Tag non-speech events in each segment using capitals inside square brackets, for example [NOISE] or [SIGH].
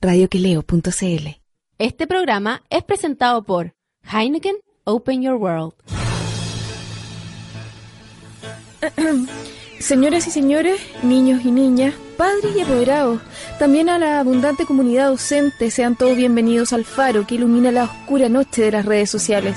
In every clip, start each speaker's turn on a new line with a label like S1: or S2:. S1: radioquileo.cl.
S2: Este programa es presentado por Heineken Open Your World.
S3: Señoras y señores, niños y niñas, padres y apoderados, también a la abundante comunidad docente, sean todos bienvenidos al faro que ilumina la oscura noche de las redes sociales.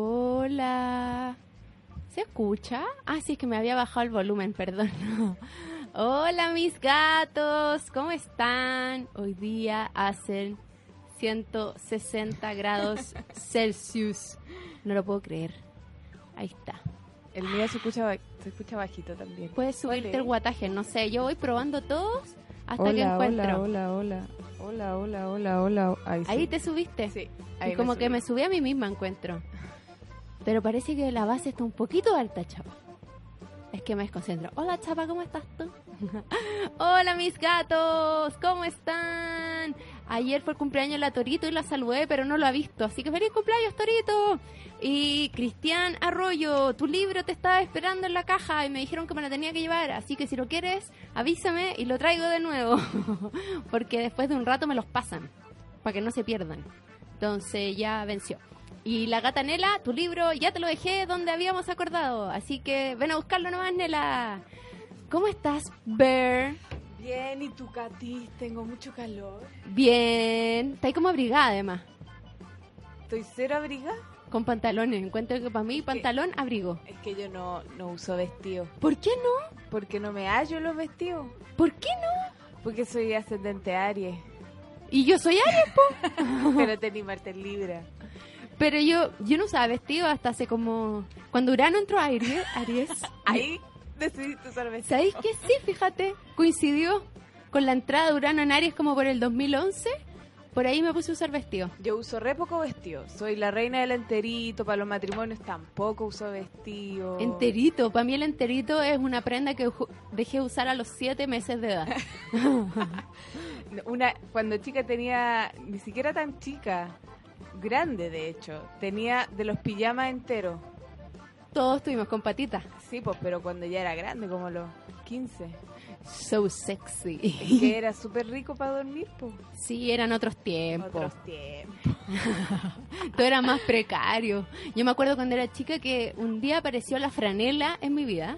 S2: Hola. ¿Se escucha? Ah, sí, es que me había bajado el volumen, [LAUGHS] perdón. Hola, mis gatos. ¿Cómo están? Hoy día hacen 160
S4: [LAUGHS]
S2: grados Celsius. No lo puedo creer. Ahí está.
S4: El mío se escucha, ba- se escucha bajito también.
S2: Puedes subirte
S4: Ole.
S2: el guataje, no sé. Yo voy probando todos hasta que
S4: hola, hola,
S2: encuentro.
S4: hola, hola, hola, hola, hola, hola. Ahí, sí.
S2: Ahí te subiste.
S4: Sí,
S2: y
S4: ahí
S2: como que
S4: subí.
S2: me subí a mí misma
S4: [LAUGHS]
S2: encuentro. Pero parece que la base está un poquito alta, chapa. Es que me desconcentro. Hola, chapa, ¿cómo estás tú? [LAUGHS] Hola, mis gatos, ¿cómo están? Ayer fue el cumpleaños de la Torito y la saludé, pero no lo ha visto. Así que feliz cumpleaños, Torito. Y Cristian Arroyo, tu libro te estaba esperando en la caja y me dijeron que me lo tenía que llevar. Así que si lo quieres, avísame y lo traigo de nuevo. [LAUGHS] Porque después de un rato me los pasan, para que no se pierdan. Entonces ya venció. Y la gata Nela, tu libro ya te lo dejé donde habíamos acordado. Así que ven a buscarlo nomás, Nela. ¿Cómo estás, Bear?
S4: Bien, ¿y tu Katy? Tengo mucho calor.
S2: Bien. Está ahí como abrigada, además.
S4: ¿Estoy cero abrigada?
S2: Con pantalones. Encuentro que para mí pantalón, abrigo.
S4: Es que yo no, no uso vestido.
S2: ¿Por qué no?
S4: Porque no me hallo en los vestidos.
S2: ¿Por qué no?
S4: Porque soy ascendente [LAUGHS] Aries.
S2: Y yo soy Aries, po.
S4: pero tenía Marte en Libra.
S2: Pero yo, yo no usaba vestido hasta hace como... Cuando Urano entró a Aries, Aries
S4: Ahí decidiste usar vestido.
S2: ¿Sabéis que sí? Fíjate, coincidió con la entrada de Urano en Aries como por el 2011. Por ahí me puse a usar vestido.
S4: Yo uso re poco vestido. Soy la reina del enterito. Para los matrimonios tampoco uso vestido.
S2: Enterito, para mí el enterito es una prenda que ju- dejé de usar a los siete meses de
S4: [LAUGHS]
S2: edad.
S4: una cuando chica tenía ni siquiera tan chica grande de hecho tenía de los pijamas enteros
S2: Todos estuvimos con patitas.
S4: sí pues pero cuando ya era grande como los 15
S2: So sexy. [LAUGHS]
S4: es que era súper rico para dormir pues
S2: Sí, eran otros tiempos.
S4: otros tiempos
S2: Todo era más precario. Yo me acuerdo cuando era chica que un día apareció la franela en mi vida.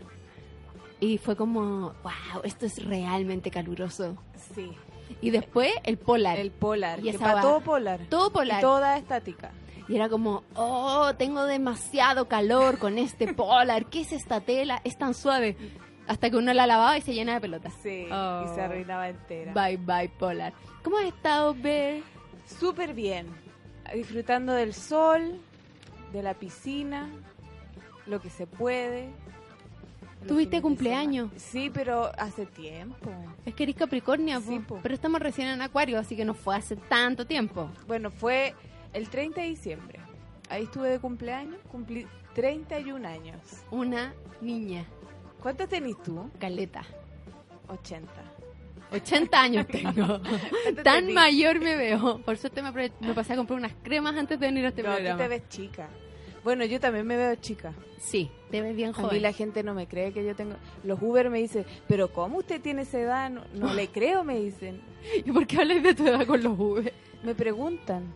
S2: Y fue como, wow, esto es realmente caluroso.
S4: sí
S2: Y después el polar.
S4: el polar
S2: Y
S4: que
S2: esa
S4: para
S2: va-
S4: todo polar
S2: todo
S4: y
S2: polar.
S4: toda estática
S2: Y era como, oh, tengo demasiado calor con este polar. ¿Qué es esta tela? Es tan suave. Hasta que uno la lavaba y se llena de pelotas.
S4: sí
S2: Oh.
S4: y se arruinaba entera
S2: Bye, bye, polar. ¿Cómo has estado, Bear?
S4: súper bien disfrutando del sol de la piscina lo que se puede Los
S2: Tuviste
S4: fines de
S2: cumpleaños.
S4: semana. sí pero hace tiempo
S2: Es que eres Capricornia,
S4: Sí,
S2: po.
S4: po.
S2: pero estamos recién en Acuario, así que no fue hace tanto tiempo.
S4: Bueno, fue el 30 de diciembre. Ahí estuve de cumpleaños, cumplí 31 años.
S2: Una niña,
S4: ¿Cuántos tenés tú?
S2: caleta.
S4: 80.
S2: 80 años
S4: [LAUGHS]
S2: tengo. [LAUGHS]
S4: ¿Cuántos
S2: Tan
S4: tenés?
S2: mayor me veo. Por suerte me, apro- me pasé a comprar unas cremas antes de venir a este
S4: No, tú
S2: programa.
S4: te ves chica. Bueno, yo también me veo chica.
S2: Sí, te ves bien
S4: A mí
S2: joven.
S4: la gente no me cree que yo tengo... Los Uber me dicen, pero ¿cómo usted tiene esa edad? No, no le creo, me dicen.
S2: [LAUGHS] ¿Y por qué hablas de tu edad con los V? [LAUGHS]
S4: Me preguntan.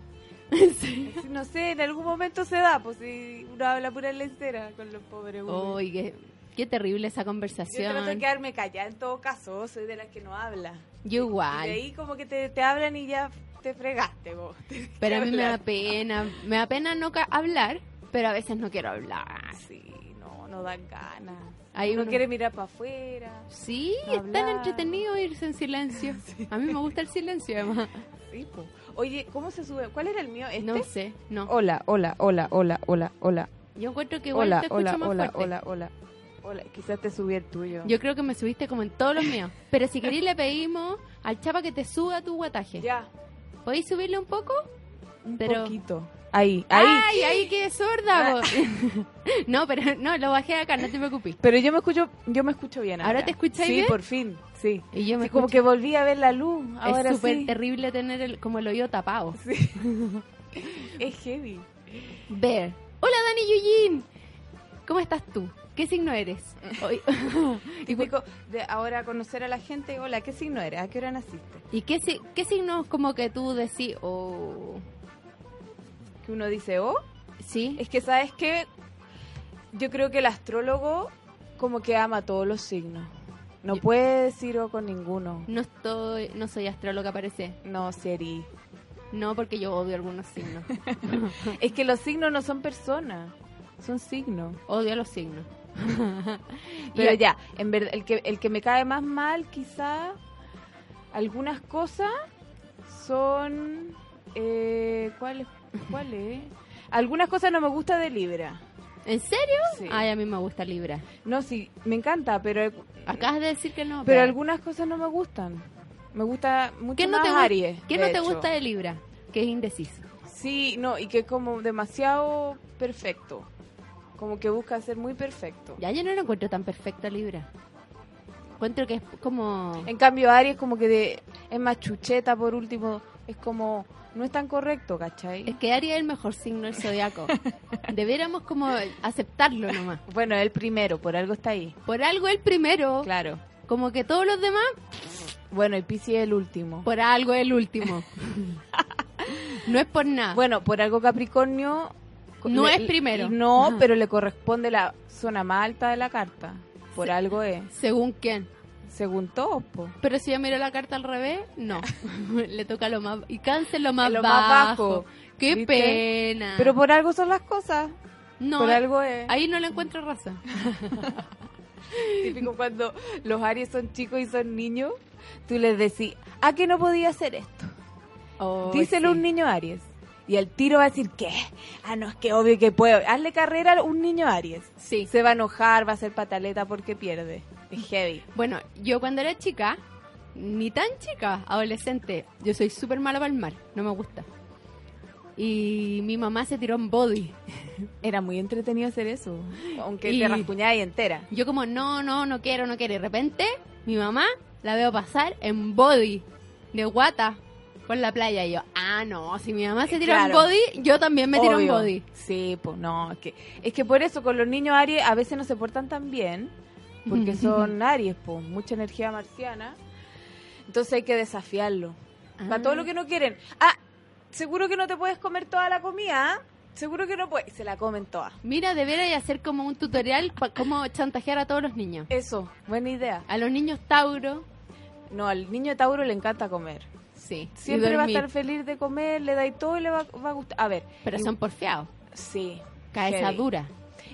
S2: Sí.
S4: No sé, en algún momento se da, pues si uno habla pura lecera con los pobres Uber.
S2: Oye, Qué terrible esa
S4: Yo trato de
S2: conversación.
S4: quedarme callada en todo caso, soy de las que no habla.
S2: Yo
S4: Y de
S2: igual.
S4: ahí como que te, te hablan y ya te fregaste vos. [LAUGHS]
S2: Pero a mí me da
S4: hablar.
S2: pena. Me da pena no ca- hablar, pero a veces no quiero hablar.
S4: Ah, Sí, no, no dan ganas.
S2: Ahí
S4: uno
S2: uno-
S4: quiere mirar para afuera.
S2: Sí,
S4: No
S2: es tan
S4: hablar.
S2: entretenido irse en
S4: [LAUGHS]
S2: silencio. A mí me gusta el silencio, además.
S4: Sí, po. Oye, ¿cómo se sube? ¿Cuál era el mío? ¿Este?
S2: No sé, no.
S4: Hola, hola, hola, hola, hola, hola.
S2: Yo encuentro que igual
S4: Hola,
S2: te escucho
S4: hola,
S2: más
S4: hola,
S2: fuerte.
S4: hola, hola. Hola, quizás te subí el tuyo.
S2: Yo creo que me subiste como en todos los míos. Pero si querés le pedimos al chapa que te suba tu guataje.
S4: Ya,
S2: ¿Podéis subirle un poco?
S4: un
S2: Pero-
S4: poquito. Ahí, ahí. Ah.
S2: ¡Ay, ahí qué sorda! po. [LAUGHS] no, pero no, lo bajé acá, no te preocupes.
S4: Pero yo me escucho, yo me escucho bien.
S2: ¿Ahora
S4: Ahora,
S2: te escucháis
S4: sí,
S2: bien?
S4: por fin, sí.
S2: Y yo me
S4: Sí, como
S2: escucho.
S4: que volví a ver la luz. Ahora
S2: es súper
S4: sí.
S2: terrible tener el, como el oído tapado.
S4: Es heavy.
S2: Ver. Hola, Dani Yuyin. ¿Cómo estás tú? ¿Qué signo eres?
S4: [LAUGHS]
S2: Hoy-
S4: Y pico de ahora conocer a la gente. Hola, ¿qué signo eres? ¿A qué hora naciste?
S2: ¿Y qué, si- qué signo como que tú decís? Oh,
S4: Que uno dice, oh,
S2: ¿Sí?
S4: es que sabes que yo creo que el astrólogo como que ama todos los signos. No
S2: Yo-
S4: puede decir oh con ninguno.
S2: No estoy, no soy astróloga, parece.
S4: No, Siri.
S2: No, porque yo odio algunos
S4: [LAUGHS]
S2: signos.
S4: Es que los signos no son personas, son signos.
S2: Odio los
S4: [LAUGHS]
S2: signos.
S4: Pero
S2: Y-
S4: ya, en verdad, el que, el que me cae más mal, quizá, algunas cosas son... Eh, ¿Cuál es? ¿Cuál es? Algunas cosas no me gusta de Libra.
S2: ¿En serio?
S4: Sí.
S2: Ay, a mí me gusta Libra.
S4: No, sí, me encanta, pero, eh,
S2: Acabas de decir que no.
S4: pero
S2: Bea.
S4: algunas cosas no me gustan. Me gusta mucho
S2: ¿Qué no
S4: más
S2: te, gu-
S4: Aries.
S2: ¿qué
S4: de
S2: no te
S4: hecho.
S2: gusta de Libra? Que es indeciso.
S4: Sí, no, y que es como demasiado perfecto. Como que busca ser muy perfecto.
S2: Ya yo no lo encuentro tan perfecto a Libra. Encuentro que es como...
S4: En cambio, Aries como que de- es más chucheta por último. Es como, no es tan correcto, ¿cachai?
S2: Es que Aries es el mejor signo del
S4: [LAUGHS]
S2: zodiaco. Debiéramos como aceptarlo nomás.
S4: Bueno, el primero, por algo está ahí.
S2: Por algo el primero,
S4: Claro.
S2: como que todos los demás,
S4: Bueno, el Piscis es el último.
S2: por algo el
S4: [LAUGHS]
S2: último. no es por nada.
S4: Bueno, por algo Capricornio... co-
S2: ah. No es primero.
S4: No,
S2: Ajá.
S4: pero le corresponde la zona más alta de la carta. Por algo es.
S2: Según quién.
S4: Según todos, po.
S2: Pero si yo miro la carta al revés,
S4: [LAUGHS]
S2: no. Le toca lo más... Y cáncer lo más,
S4: Lo
S2: bajo.
S4: más bajo.
S2: Qué
S4: ¿Viste?
S2: pena.
S4: Pero por algo son las cosas.
S2: no,
S4: por algo es.
S2: ahí no le encuentro raza.
S4: Típico cuando los Aries son chicos y son niños, tú les decís, ¿a qué no podía hacer esto?
S2: Oh,
S4: Díselo a
S2: sí.
S4: un niño Aries. Y al tiro va a decir, ¿qué? Ah, no, es que obvio que puedo. Hazle carrera a un niño Aries.
S2: Sí.
S4: Se va a enojar, va a hacer pataleta porque pierde. Es heavy.
S2: Bueno, yo cuando era chica, ni tan chica, adolescente, yo soy súper mala para el mar, no me gusta. Y mi mamá se tiró en body. [LAUGHS]
S4: Era muy entretenido hacer eso. Aunque
S2: Y-
S4: te rascuñáis entera.
S2: Yo como, no, no, no quiero, no quiero. Y de repente, mi mamá la veo pasar en body, de guata, por la playa. Y yo, ah, no, si mi mamá se tiró en
S4: Claro.
S2: body, yo también me tiro en
S4: Obvio.
S2: body.
S4: Sí, pues no. Es que, es que por eso con los niños Aries a veces no se portan tan bien.
S2: [LAUGHS]
S4: Porque son Aries, pues. Mucha energía marciana. Entonces hay que desafiarlo. Para todo lo que no quieren. Ah, seguro que no te puedes comer toda la comida, ¿ah? Seguro que no puedes. Se la comen toda.
S2: Mira, debería hacer como un tutorial para cómo chantajear a todos los niños.
S4: Eso, buena idea.
S2: A los niños Tauro,
S4: No, al niño Tauro le encanta comer.
S2: sí. y
S4: Siempre va a
S2: dormir,
S4: estar feliz de comer, le da y todo y le va, va a gustar. A ver,
S2: Pero son porfiados,
S4: sí.
S2: cabeza
S4: heavy.
S2: dura.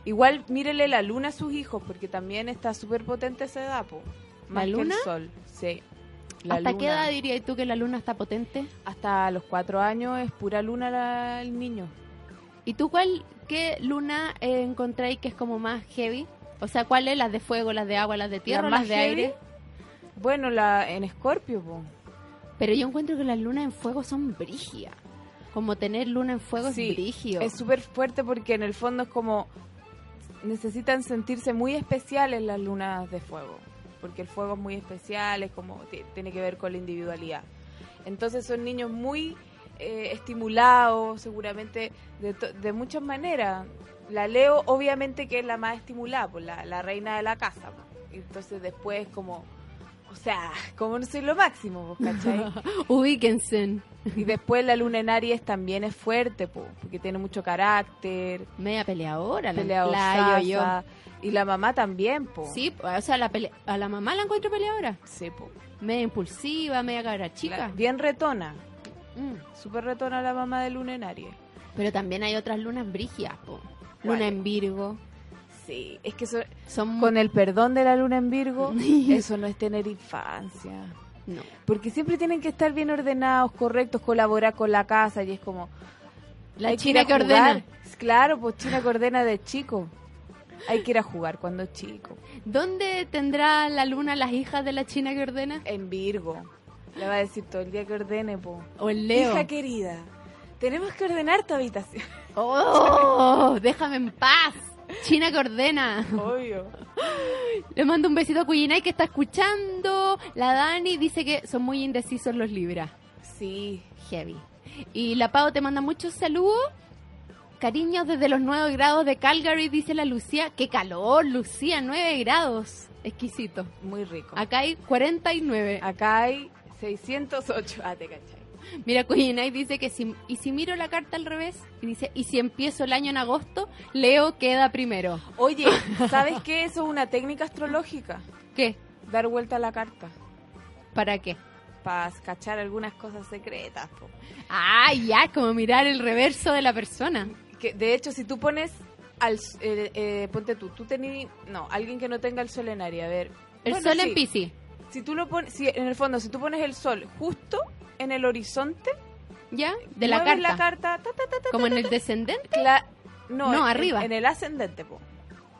S4: Igual mírele la luna a sus hijos, porque también está súper potente ese dapo.
S2: ¿La
S4: Más que el
S2: luna?
S4: sol, sí. La
S2: ¿Hasta qué
S4: luna.
S2: edad dirías tú que la luna está potente?
S4: Hasta los cuatro años es pura luna la- el niño.
S2: ¿Y tú cuál, qué luna eh, encontráis que es como más heavy? O sea, ¿cuáles? ¿Las de fuego, las de agua, las de tierra,
S4: ¿La
S2: o
S4: más
S2: las de
S4: heavy?
S2: aire?
S4: Bueno, la en escorpio, po.
S2: Pero yo encuentro que las lunas en fuego son brígidas. Como tener luna en fuego
S4: Sí,
S2: es brígido.
S4: Es súper fuerte porque en el fondo es como necesitan sentirse muy especiales las lunas de fuego, porque el fuego es muy especial, es como ti- tiene que ver con la individualidad. Entonces son niños muy eh, estimulados, seguramente de, to- de muchas maneras. La Leo obviamente que es la más estimulada, pues, la, la reina de la casa. pues. Entonces después como o sea, como no soy lo máximo, vos, ¿cachai?
S2: [GASPS] [LAUGHS] Ubíquense.
S4: y después la luna en Aries también es fuerte, po, porque tiene mucho carácter,
S2: Media peleadora. La,
S4: pelea
S2: la yo, yo.
S4: osaza, Y la mamá también, po.
S2: Sí, po, o sea, la pele- a la mamá la encuentro peleadora.
S4: Sí, po.
S2: Media impulsiva, media cabra
S4: La-
S2: chica.
S4: bien retona.
S2: Mm.
S4: Súper retona la mamá de luna en Aries.
S2: Pero también hay otras lunas brigias, po.
S4: ¿Cuál?
S2: Luna en Virgo.
S4: Sí, es que eso-
S2: Son
S4: con el perdón de la luna
S2: [LAUGHS]
S4: en Virgo, eso no es tener infancia.
S2: No.
S4: Porque siempre tienen que estar bien ordenados, correctos, colaborar con la casa y es como...
S2: La
S4: hay
S2: china
S4: ir a
S2: que
S4: jugar.
S2: ordena.
S4: Claro, pues China que ordena de chico. Hay que ir a jugar cuando es chico.
S2: ¿Dónde tendrá la luna las hijas de la china que ordena?
S4: En Virgo. Le va a decir todo el día que ordene, po.
S2: O el Leo.
S4: Hija querida, tenemos que ordenar tu habitación.
S2: [LAUGHS] ¡Oh! ¡Déjame en paz! China que ordena.
S4: Obvio.
S2: Le mando un besito a Cuyinay que está escuchando. La Dani dice que son muy indecisos los Libras.
S4: Sí.
S2: Heavy. Y la Pau te manda muchos saludos. Cariños desde los 9 grados de Calgary, dice la Lucía. ¡Qué calor, Lucía! 9 grados. Exquisito.
S4: Muy rico.
S2: Acá hay 49.
S4: Acá hay 608. Ah, te cachai.
S2: Mira, Cuyinay dice que si, y si miro la carta al revés, y dice, y si empiezo el año en agosto, Leo queda primero. [LAUGHS]
S4: Oye, ¿sabes qué? Eso es una técnica astrológica.
S2: ¿Qué?
S4: Dar vuelta a la carta.
S2: ¿Para qué?
S4: Para cachar algunas cosas secretas. po.
S2: Ah, ya, como mirar el reverso de la persona.
S4: Que, de hecho, si tú pones al... s- eh, eh, ponte tú, tú tení... No, alguien que no tenga el sol en área. A ver.
S2: El
S4: Bueno,
S2: sol en
S4: sí.
S2: Piscis.
S4: Si tú lo pones... Si, en el fondo, si tú pones el sol justo en el horizonte...
S2: ¿Ya? De la carta.
S4: mueves la carta... ta, ta, ta, ta,
S2: Como en el descendente.
S4: Cla- no,
S2: No,
S4: en-
S2: arriba.
S4: En, el ascendente, po.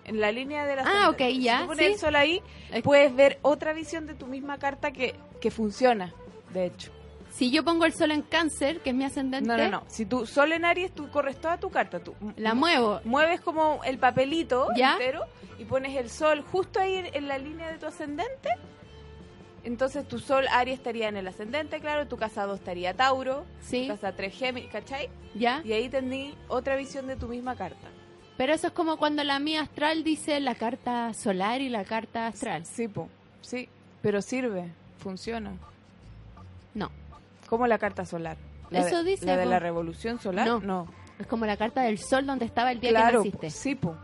S4: En la línea del ascendente.
S2: Ah, ok, ya,
S4: Si tú pones
S2: sí.
S4: el sol ahí,
S2: Es-
S4: puedes ver otra visión de tu misma carta que, que funciona, de hecho.
S2: Si yo pongo el sol en cáncer, que es mi ascendente,
S4: No, no, no. Si tu sol en Aries, tú corres toda tu carta. Tú m-
S2: la muevo.
S4: mueves como el papelito
S2: Ya.
S4: entero y pones el sol justo ahí en, en la línea de tu ascendente. Entonces tu sol Aries estaría en el ascendente, claro. Tu casa 2 estaría Tauro.
S2: Sí, Ah.
S4: Tu casa 3 Géminis, ¿cachai?
S2: ya.
S4: Y ahí tendí otra visión de tu misma carta.
S2: Pero eso es como cuando la mía astral dice la carta solar y la carta astral.
S4: Sí, po. sí, pero sirve, funciona.
S2: No,
S4: Como la carta solar. La
S2: Eso
S4: de-
S2: dice,
S4: ¿La de
S2: po.
S4: la revolución solar?
S2: No.
S4: No.
S2: es como la carta del sol donde estaba el día
S4: Claro,
S2: que
S4: po.
S2: naciste.
S4: sí, po.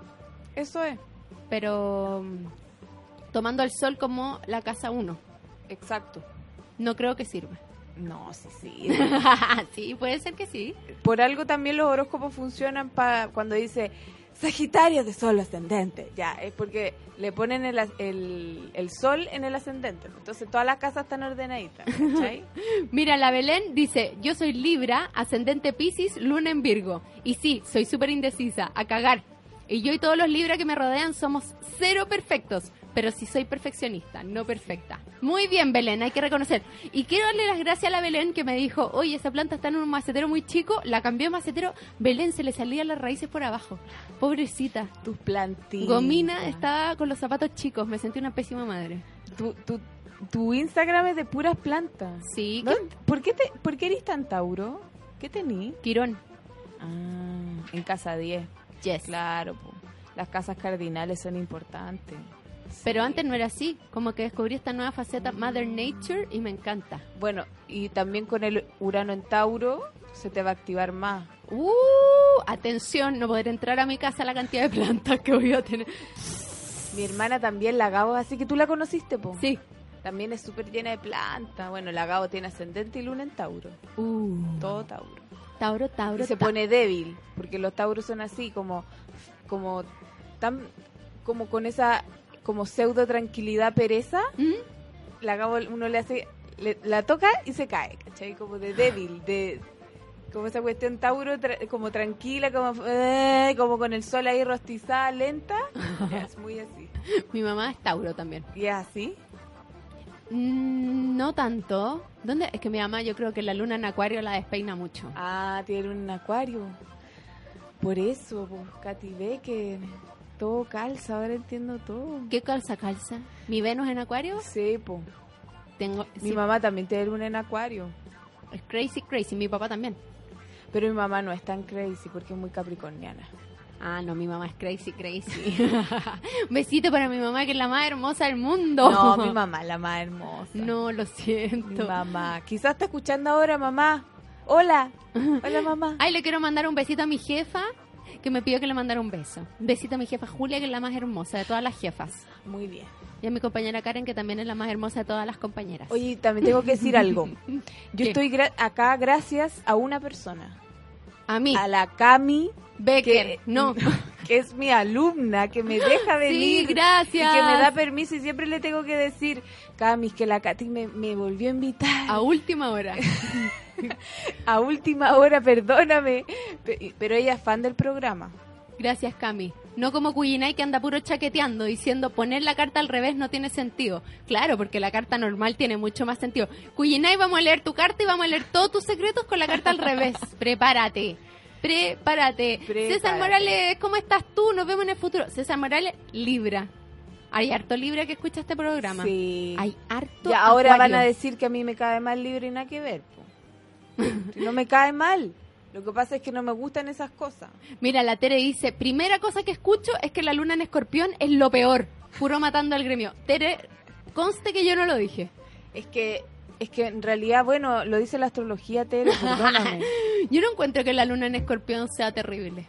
S4: Eso es.
S2: Pero mm, tomando el sol como la casa 1,
S4: Exacto.
S2: no creo que sirva.
S4: No, sí, sí.
S2: [LAUGHS] sí, puede ser que sí.
S4: Por algo también los horóscopos funcionan para cuando dice Sagitario de sol ascendente. Ya, es porque le ponen el, as- el, el sol en el ascendente. Entonces todas las casas están ordenaditas.
S2: [LAUGHS]
S4: ¿cachai?
S2: Mira, la Belén dice, yo soy Libra, ascendente Piscis, luna en Virgo. Y sí, soy súper indecisa, a cagar. Y yo y todos los Libra que me rodean somos cero perfectos, pero sí soy perfeccionista, no perfecta. Muy bien, Belén, hay que reconocer. Y quiero darle las gracias a la Belén que me dijo, oye, esa planta está en un macetero muy chico, la cambió a macetero, Belén se le salían las raíces por abajo. Pobrecita.
S4: Tus plantitas.
S2: Gomina estaba con los zapatos chicos, me sentí una pésima madre.
S4: Tu, tu, tu Instagram es de puras plantas.
S2: Sí, qué
S4: ¿Dónde- ¿Por qué, te, ¿Por qué eres tan Tauro? ¿Qué tení?
S2: tirón.
S4: Ah, en casa 10.
S2: Yes.
S4: Claro, po. las casas cardinales son importantes.
S2: Pero antes no era así, como que descubrí esta nueva faceta Mother Nature y me encanta.
S4: Bueno, y también con el Urano en Tauro se te va a activar más.
S2: ¡Uh! Atención, no poder entrar a mi casa la cantidad de plantas que voy a tener.
S4: Mi hermana también, la Gabo, así que tú la conociste, po.
S2: Sí.
S4: También es súper llena de plantas. Bueno, la Gabo tiene ascendente y luna en Tauro.
S2: Uh.
S4: Todo Tauro.
S2: Tauro, Tauro.
S4: Y se
S2: ta-
S4: pone débil, porque los Tauros son así, como, como, tan, como con esa, como pseudo tranquilidad pereza,
S2: ¿Mm?
S4: la Gabo uno le hace, le- la toca y se cae, ¿cachai? Como de débil, de como esa cuestión Tauro, tra- como tranquila, como, eh, como con el sol ahí
S2: [LAUGHS]
S4: rostizada, lenta. Ya, es muy así.
S2: Mi mamá es Tauro también.
S4: Y es así.
S2: Mm, no tanto. ¿Dónde? Es que mi mamá yo creo que la luna en acuario la despeina mucho.
S4: Ah, tiene un acuario. Por eso, pues, Katy ve que todo calza, ahora entiendo todo.
S2: ¿Qué calza calza? ¿Mi Venus en acuario?
S4: Sí, po.
S2: Tengo...
S4: Mi
S2: sí,
S4: mamá también tiene luna en acuario.
S2: Es crazy, crazy. Mi papá también.
S4: Pero mi mamá no es tan crazy porque es muy capricorniana.
S2: Ah, no, mi mamá es crazy, crazy. [LAUGHS] Besito para mi mamá, que es la más hermosa del mundo.
S4: No, mi mamá, la más hermosa.
S2: [LAUGHS] No, lo
S4: Mi
S2: siento.
S4: mamá. Quizás está escuchando ahora, mamá. Hola. Hola, mamá.
S2: Ay, le quiero mandar un besito a mi jefa, que me pidió que le mandara un beso. Besito a mi jefa Julia, que es la más hermosa de todas las jefas.
S4: Muy bien.
S2: Y a mi compañera Karen, que también es la más hermosa de todas las compañeras.
S4: Oye, también tengo que decir algo. Yo
S2: ¿Qué?
S4: estoy gra- acá gracias a una persona.
S2: a mí,
S4: A la Cami,
S2: Becker,
S4: que-
S2: no. [LAUGHS]
S4: [LAUGHS] que es mi alumna, que me deja venir.
S2: sí, gracias.
S4: Y que me da permiso y siempre le tengo que decir, Cami, que la Katy me, me volvió a invitar
S2: a última hora.
S4: a última hora, perdóname. Pe- Pero ella es fan del programa.
S2: Gracias, Cami. No como Cuyinay que anda puro chaqueteando, diciendo poner la carta al revés no tiene sentido. Claro, porque la carta normal tiene mucho más sentido. Cuyinay, vamos a leer tu carta y vamos a leer todos tus secretos con la carta al
S4: [LAUGHS]
S2: revés. Prepárate. Prepárate.
S4: Prepárate.
S2: César Morales, ¿cómo estás tú? Nos vemos en el futuro. César Morales, Libra. Hay harto Libra que escucha este programa.
S4: Sí.
S2: Hay harto.
S4: Ya ahora van
S2: Acuario.
S4: a decir que a mí me cae mal libre y nada que ver. po. No me cae mal. Lo que pasa es que no me gustan esas cosas.
S2: Mira, la Tere dice, primera cosa que escucho es que la luna en escorpión es lo peor. Puro matando al gremio. Tere, conste que yo no lo dije.
S4: Es que es que en realidad, bueno, lo dice la
S2: [LAUGHS]
S4: astrología, Tere, perdóname.
S2: Yo no encuentro que la luna en escorpión sea terrible.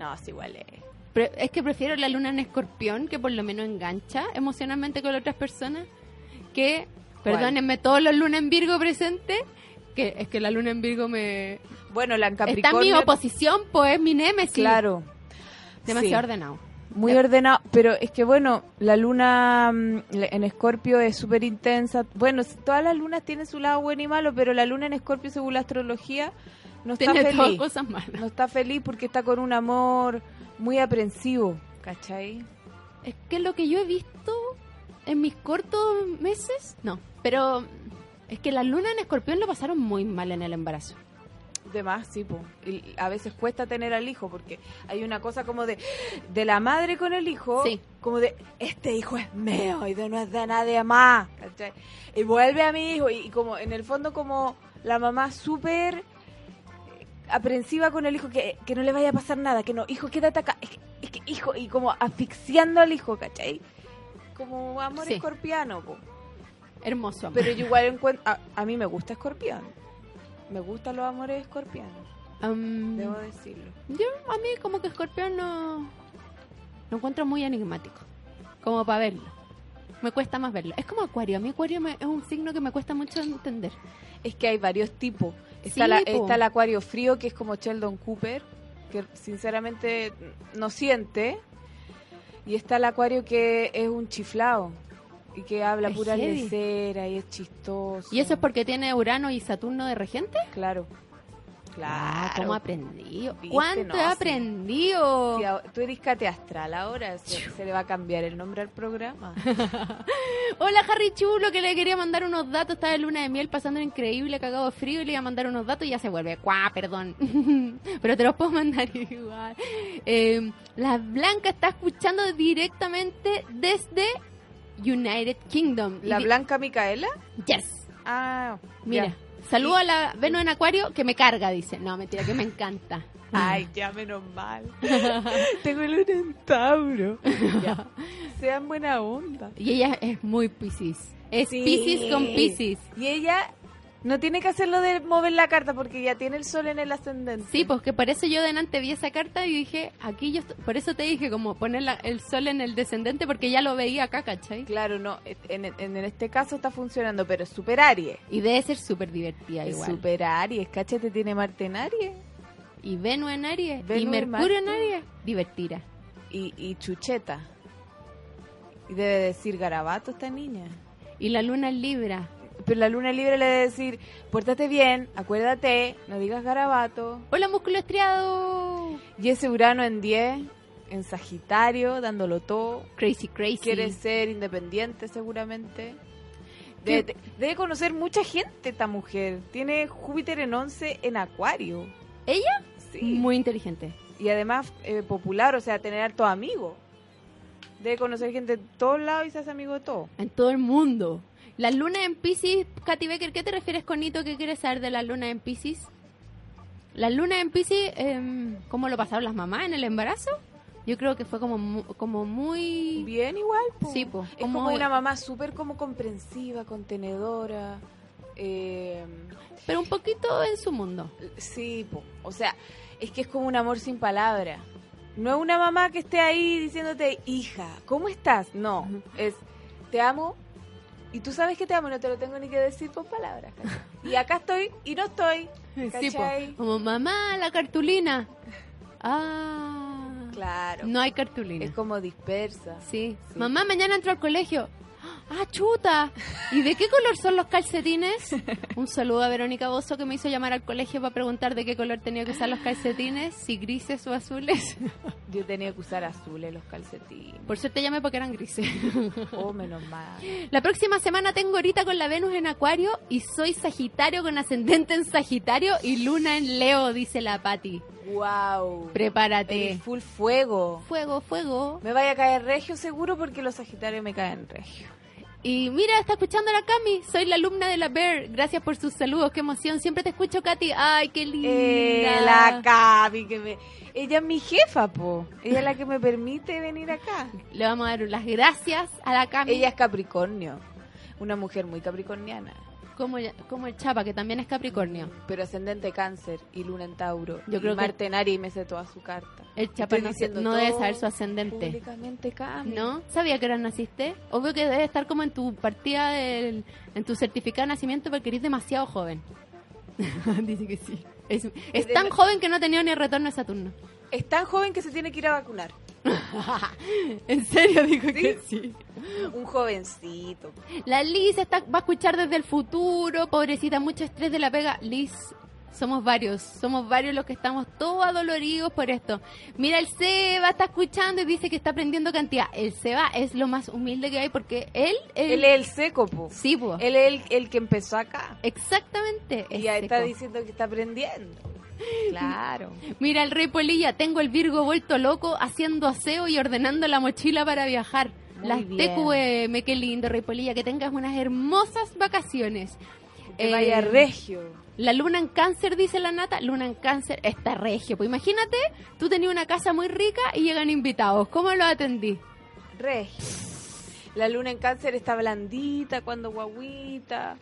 S4: No, es igual. eh.
S2: Pre- es que prefiero la luna en escorpión, que por lo menos engancha emocionalmente con otras personas, que,
S4: ¿Cuál?
S2: perdónenme, todos los lunas en Virgo presentes, que es que la luna en Virgo me...
S4: Bueno, la en
S2: Está en mi
S4: Capricornio...
S2: oposición, pues es mi némesis.
S4: Claro.
S2: Demasiado
S4: Sí.
S2: ordenado.
S4: Muy
S2: Eh.
S4: ordenado, pero es que bueno, la luna mm, la- en Escorpio es súper intensa. Bueno, s- todas las lunas tienen su lado bueno y malo, pero la luna en Escorpio, según la astrología, no está
S2: Tiene todas
S4: feliz.
S2: cosas malas.
S4: No está feliz porque está con un amor muy aprensivo, ¿cachai?
S2: Es que lo que yo he visto en mis cortos meses, no. Pero es que la luna en escorpión lo pasaron muy mal en el embarazo.
S4: De más, sí, po. Y a veces cuesta tener al hijo porque hay una cosa como de, de la madre con el hijo,
S2: Sí.
S4: como de este hijo es mío y de no es de nadie más, ¿cachai? Y vuelve a mi hijo y, y como en el fondo como la mamá súper eh, aprensiva con el hijo que, que no le vaya a pasar nada, que no, hijo, quédate acá, es que, es que, hijo, y como asfixiando al hijo, ¿cachai? Como amor
S2: Sí.
S4: escorpiano, po.
S2: Hermoso. amor.
S4: Pero yo igual encuentro, a, a mí me gusta escorpión, me gustan los amores escorpianos.
S2: Am,
S4: Debo decirlo.
S2: yo a mí como que escorpión no lo encuentro muy enigmático, como para verlo. Me cuesta más verlo. Es como acuario. A mí acuario me- es un signo que me cuesta mucho entender.
S4: Es que hay varios tipos. Está,
S2: Sí,
S4: la-
S2: po.
S4: está el acuario frío, que es como Sheldon Cooper, que sinceramente no siente. Y está el acuario que es un chiflado y que habla
S2: Es
S4: pura
S2: heavy.
S4: lecera y es chistoso.
S2: ¿Y eso es porque tiene Urano y Saturno de regente?
S4: Claro.
S2: Ah,
S4: Claro.
S2: ¿Cómo he aprendido?
S4: Viste,
S2: ¿Cuánto
S4: no,
S2: he
S4: sí.
S2: aprendido?
S4: Si a- Tú eres cateastral ahora, se, se le va a cambiar el nombre al
S2: [LAUGHS]
S4: programa.
S2: Hola Harry Chulo, que le quería mandar unos datos. Estaba en luna de miel pasando increíble, cagado de frío, y le iba a mandar unos datos y ya se vuelve. ¡Cuá! Perdón. [LAUGHS] Pero te los puedo mandar [LAUGHS] igual. Eh, la Blanca está escuchando directamente desde United Kingdom.
S4: ¿La
S2: Y di-
S4: Blanca Micaela?
S2: Yes.
S4: Ah,
S2: Mira.
S4: ya.
S2: Saludo a la Venus en Acuario que me carga, dice. No, mentira, que me encanta.
S4: Ay, ya menos mal. [LAUGHS] Tengo el en Tauro. Ya. Sean buena onda.
S2: Y ella es muy Pisces. Es
S4: Sí.
S2: Pisces con Pisces.
S4: Y ella no tiene que hacerlo de mover la carta porque ya tiene el sol en el ascendente.
S2: Sí, pues que por eso yo delante vi esa carta y dije, aquí yo, est- por eso te dije como poner la- el sol en el descendente porque ya lo veía acá, ¿cachai?
S4: Claro, no. En, en- en este caso está funcionando, pero es super Aries.
S2: Y debe ser súper divertida
S4: Es
S2: igual.
S4: super Aries. Cachete tiene Marte en Aries.
S2: Y Venus en Aries, y
S4: Venus en
S2: Mercurio en
S4: Marte.
S2: Aries, divertida.
S4: Y, y Chucheta. Y debe decir garabato esta niña.
S2: Y la luna en Libra.
S4: Pero la luna libre le debe decir, pórtate bien, acuérdate, no digas garabato.
S2: Hola, músculo estriado.
S4: Y ese Urano en 10, en Sagitario, dándolo todo.
S2: Crazy, crazy.
S4: Quiere ser independiente seguramente. Debe, de- debe conocer mucha gente esta mujer. Tiene Júpiter en 11 en Acuario.
S2: ¿Ella?
S4: Sí.
S2: Muy inteligente.
S4: Y además eh, popular, o sea, tener harto amigos. Debe conocer gente de todos lados y se hace amigo de todo.
S2: En todo el mundo. La luna en Pisces, Katy Becker, ¿qué te refieres con Nito? ¿Qué quieres saber de la luna en Pisces? Las lunas en Pisces, em, ¿cómo lo pasaron las mamás en el embarazo? Yo creo que fue como, mu- como muy...
S4: Bien igual, po.
S2: Sí, po.
S4: Es
S2: Como-
S4: como, una mamá súper como comprensiva, contenedora. eh,
S2: Pero un poquito en su mundo.
S4: sí, po. O sea, es que es como un amor sin palabras. No es una mamá que esté ahí diciéndote, hija, ¿cómo estás? No, es, te amo y tú sabes que te amo, no te lo tengo ni que decir con palabras. ¿cachai? Y acá estoy y no estoy.
S2: [LAUGHS] Sí, po.
S4: ¿cachai?
S2: Como mamá, la cartulina. Ah.
S4: Claro.
S2: No hay cartulina.
S4: Es como dispersa.
S2: Sí.
S4: Sí.
S2: Mamá, mañana entro al colegio. ¡Ah, chuta! ¿Y de qué color son los calcetines? Un saludo a Verónica Bozo que me hizo llamar al colegio para preguntar de qué color tenía que usar los calcetines, si grises o azules.
S4: Yo tenía que usar azules los calcetines.
S2: Por suerte llamé porque eran grises.
S4: Oh, menos mal.
S2: La próxima semana tengo ahorita con la Venus en Acuario y soy Sagitario con ascendente en Sagitario y Luna en Leo, dice la Patti.
S4: Wow.
S2: Prepárate.
S4: Eres full fuego.
S2: Fuego, fuego.
S4: Me vaya a caer regio seguro porque los Sagitarios me caen regio.
S2: Y mira, está escuchando la Cami. Soy la alumna de la Bear. Gracias por sus saludos. Qué emoción. Siempre te escucho, Katy. Ay, qué linda.
S4: Eh, la Cavi que me... Ella es mi jefa, po. Ella es la que me permite venir acá.
S2: Le vamos a dar las gracias a la Cami.
S4: Ella es Capricornio. Una mujer muy capricorniana.
S2: como, como el Chapa, que también es Capricornio.
S4: Pero ascendente cáncer y luna en Tauro.
S2: Yo creo
S4: y
S2: que-
S4: Marte en Aries y me sé toda su carta.
S2: El Chapa
S4: Estoy
S2: no, se-
S4: diciendo
S2: no debe
S4: todo
S2: saber su ascendente.
S4: Públicamente, Cami.
S2: ¿No? ¿Sabía que ahora naciste? Obvio que debe estar como en tu partida, del, en tu certificado de nacimiento porque eres demasiado joven. [LAUGHS] Dice que sí. Es, es
S4: de
S2: tan
S4: la-
S2: joven que no ha tenido ni retorno a Saturno. [LAUGHS]
S4: Es tan joven que se tiene que ir a vacunar.
S2: en serio, dijo
S4: ¿Sí?
S2: que sí.
S4: Un jovencito.
S2: La Liz está, va a escuchar desde el futuro, pobrecita, mucho estrés de la pega. Liz, somos varios, somos varios los que estamos todos adoloridos por esto. Mira, el Seba está escuchando y dice que está aprendiendo cantidad. El Seba es lo más humilde que hay porque él... él-
S4: Él es el seco, po.
S2: sí, po.
S4: Él es el, el que empezó acá.
S2: exactamente. es
S4: Y ya está
S2: seco.
S4: diciendo que
S2: [LAUGHS]
S4: está aprendiendo. Claro.
S2: Mira, el rey Polilla, tengo el Virgo vuelto loco haciendo aseo y ordenando la mochila para viajar.
S4: Muy
S2: Las
S4: bien.
S2: TQM, qué lindo, rey Polilla, que tengas unas hermosas vacaciones.
S4: Que
S2: Eh,
S4: vaya regio.
S2: La luna en cáncer, dice la nata, luna en cáncer está regio. Pues imagínate, tú tenías una casa muy rica y llegan invitados. ¿Cómo lo atendí?
S4: Regio. La luna en cáncer está blandita cuando guaguita.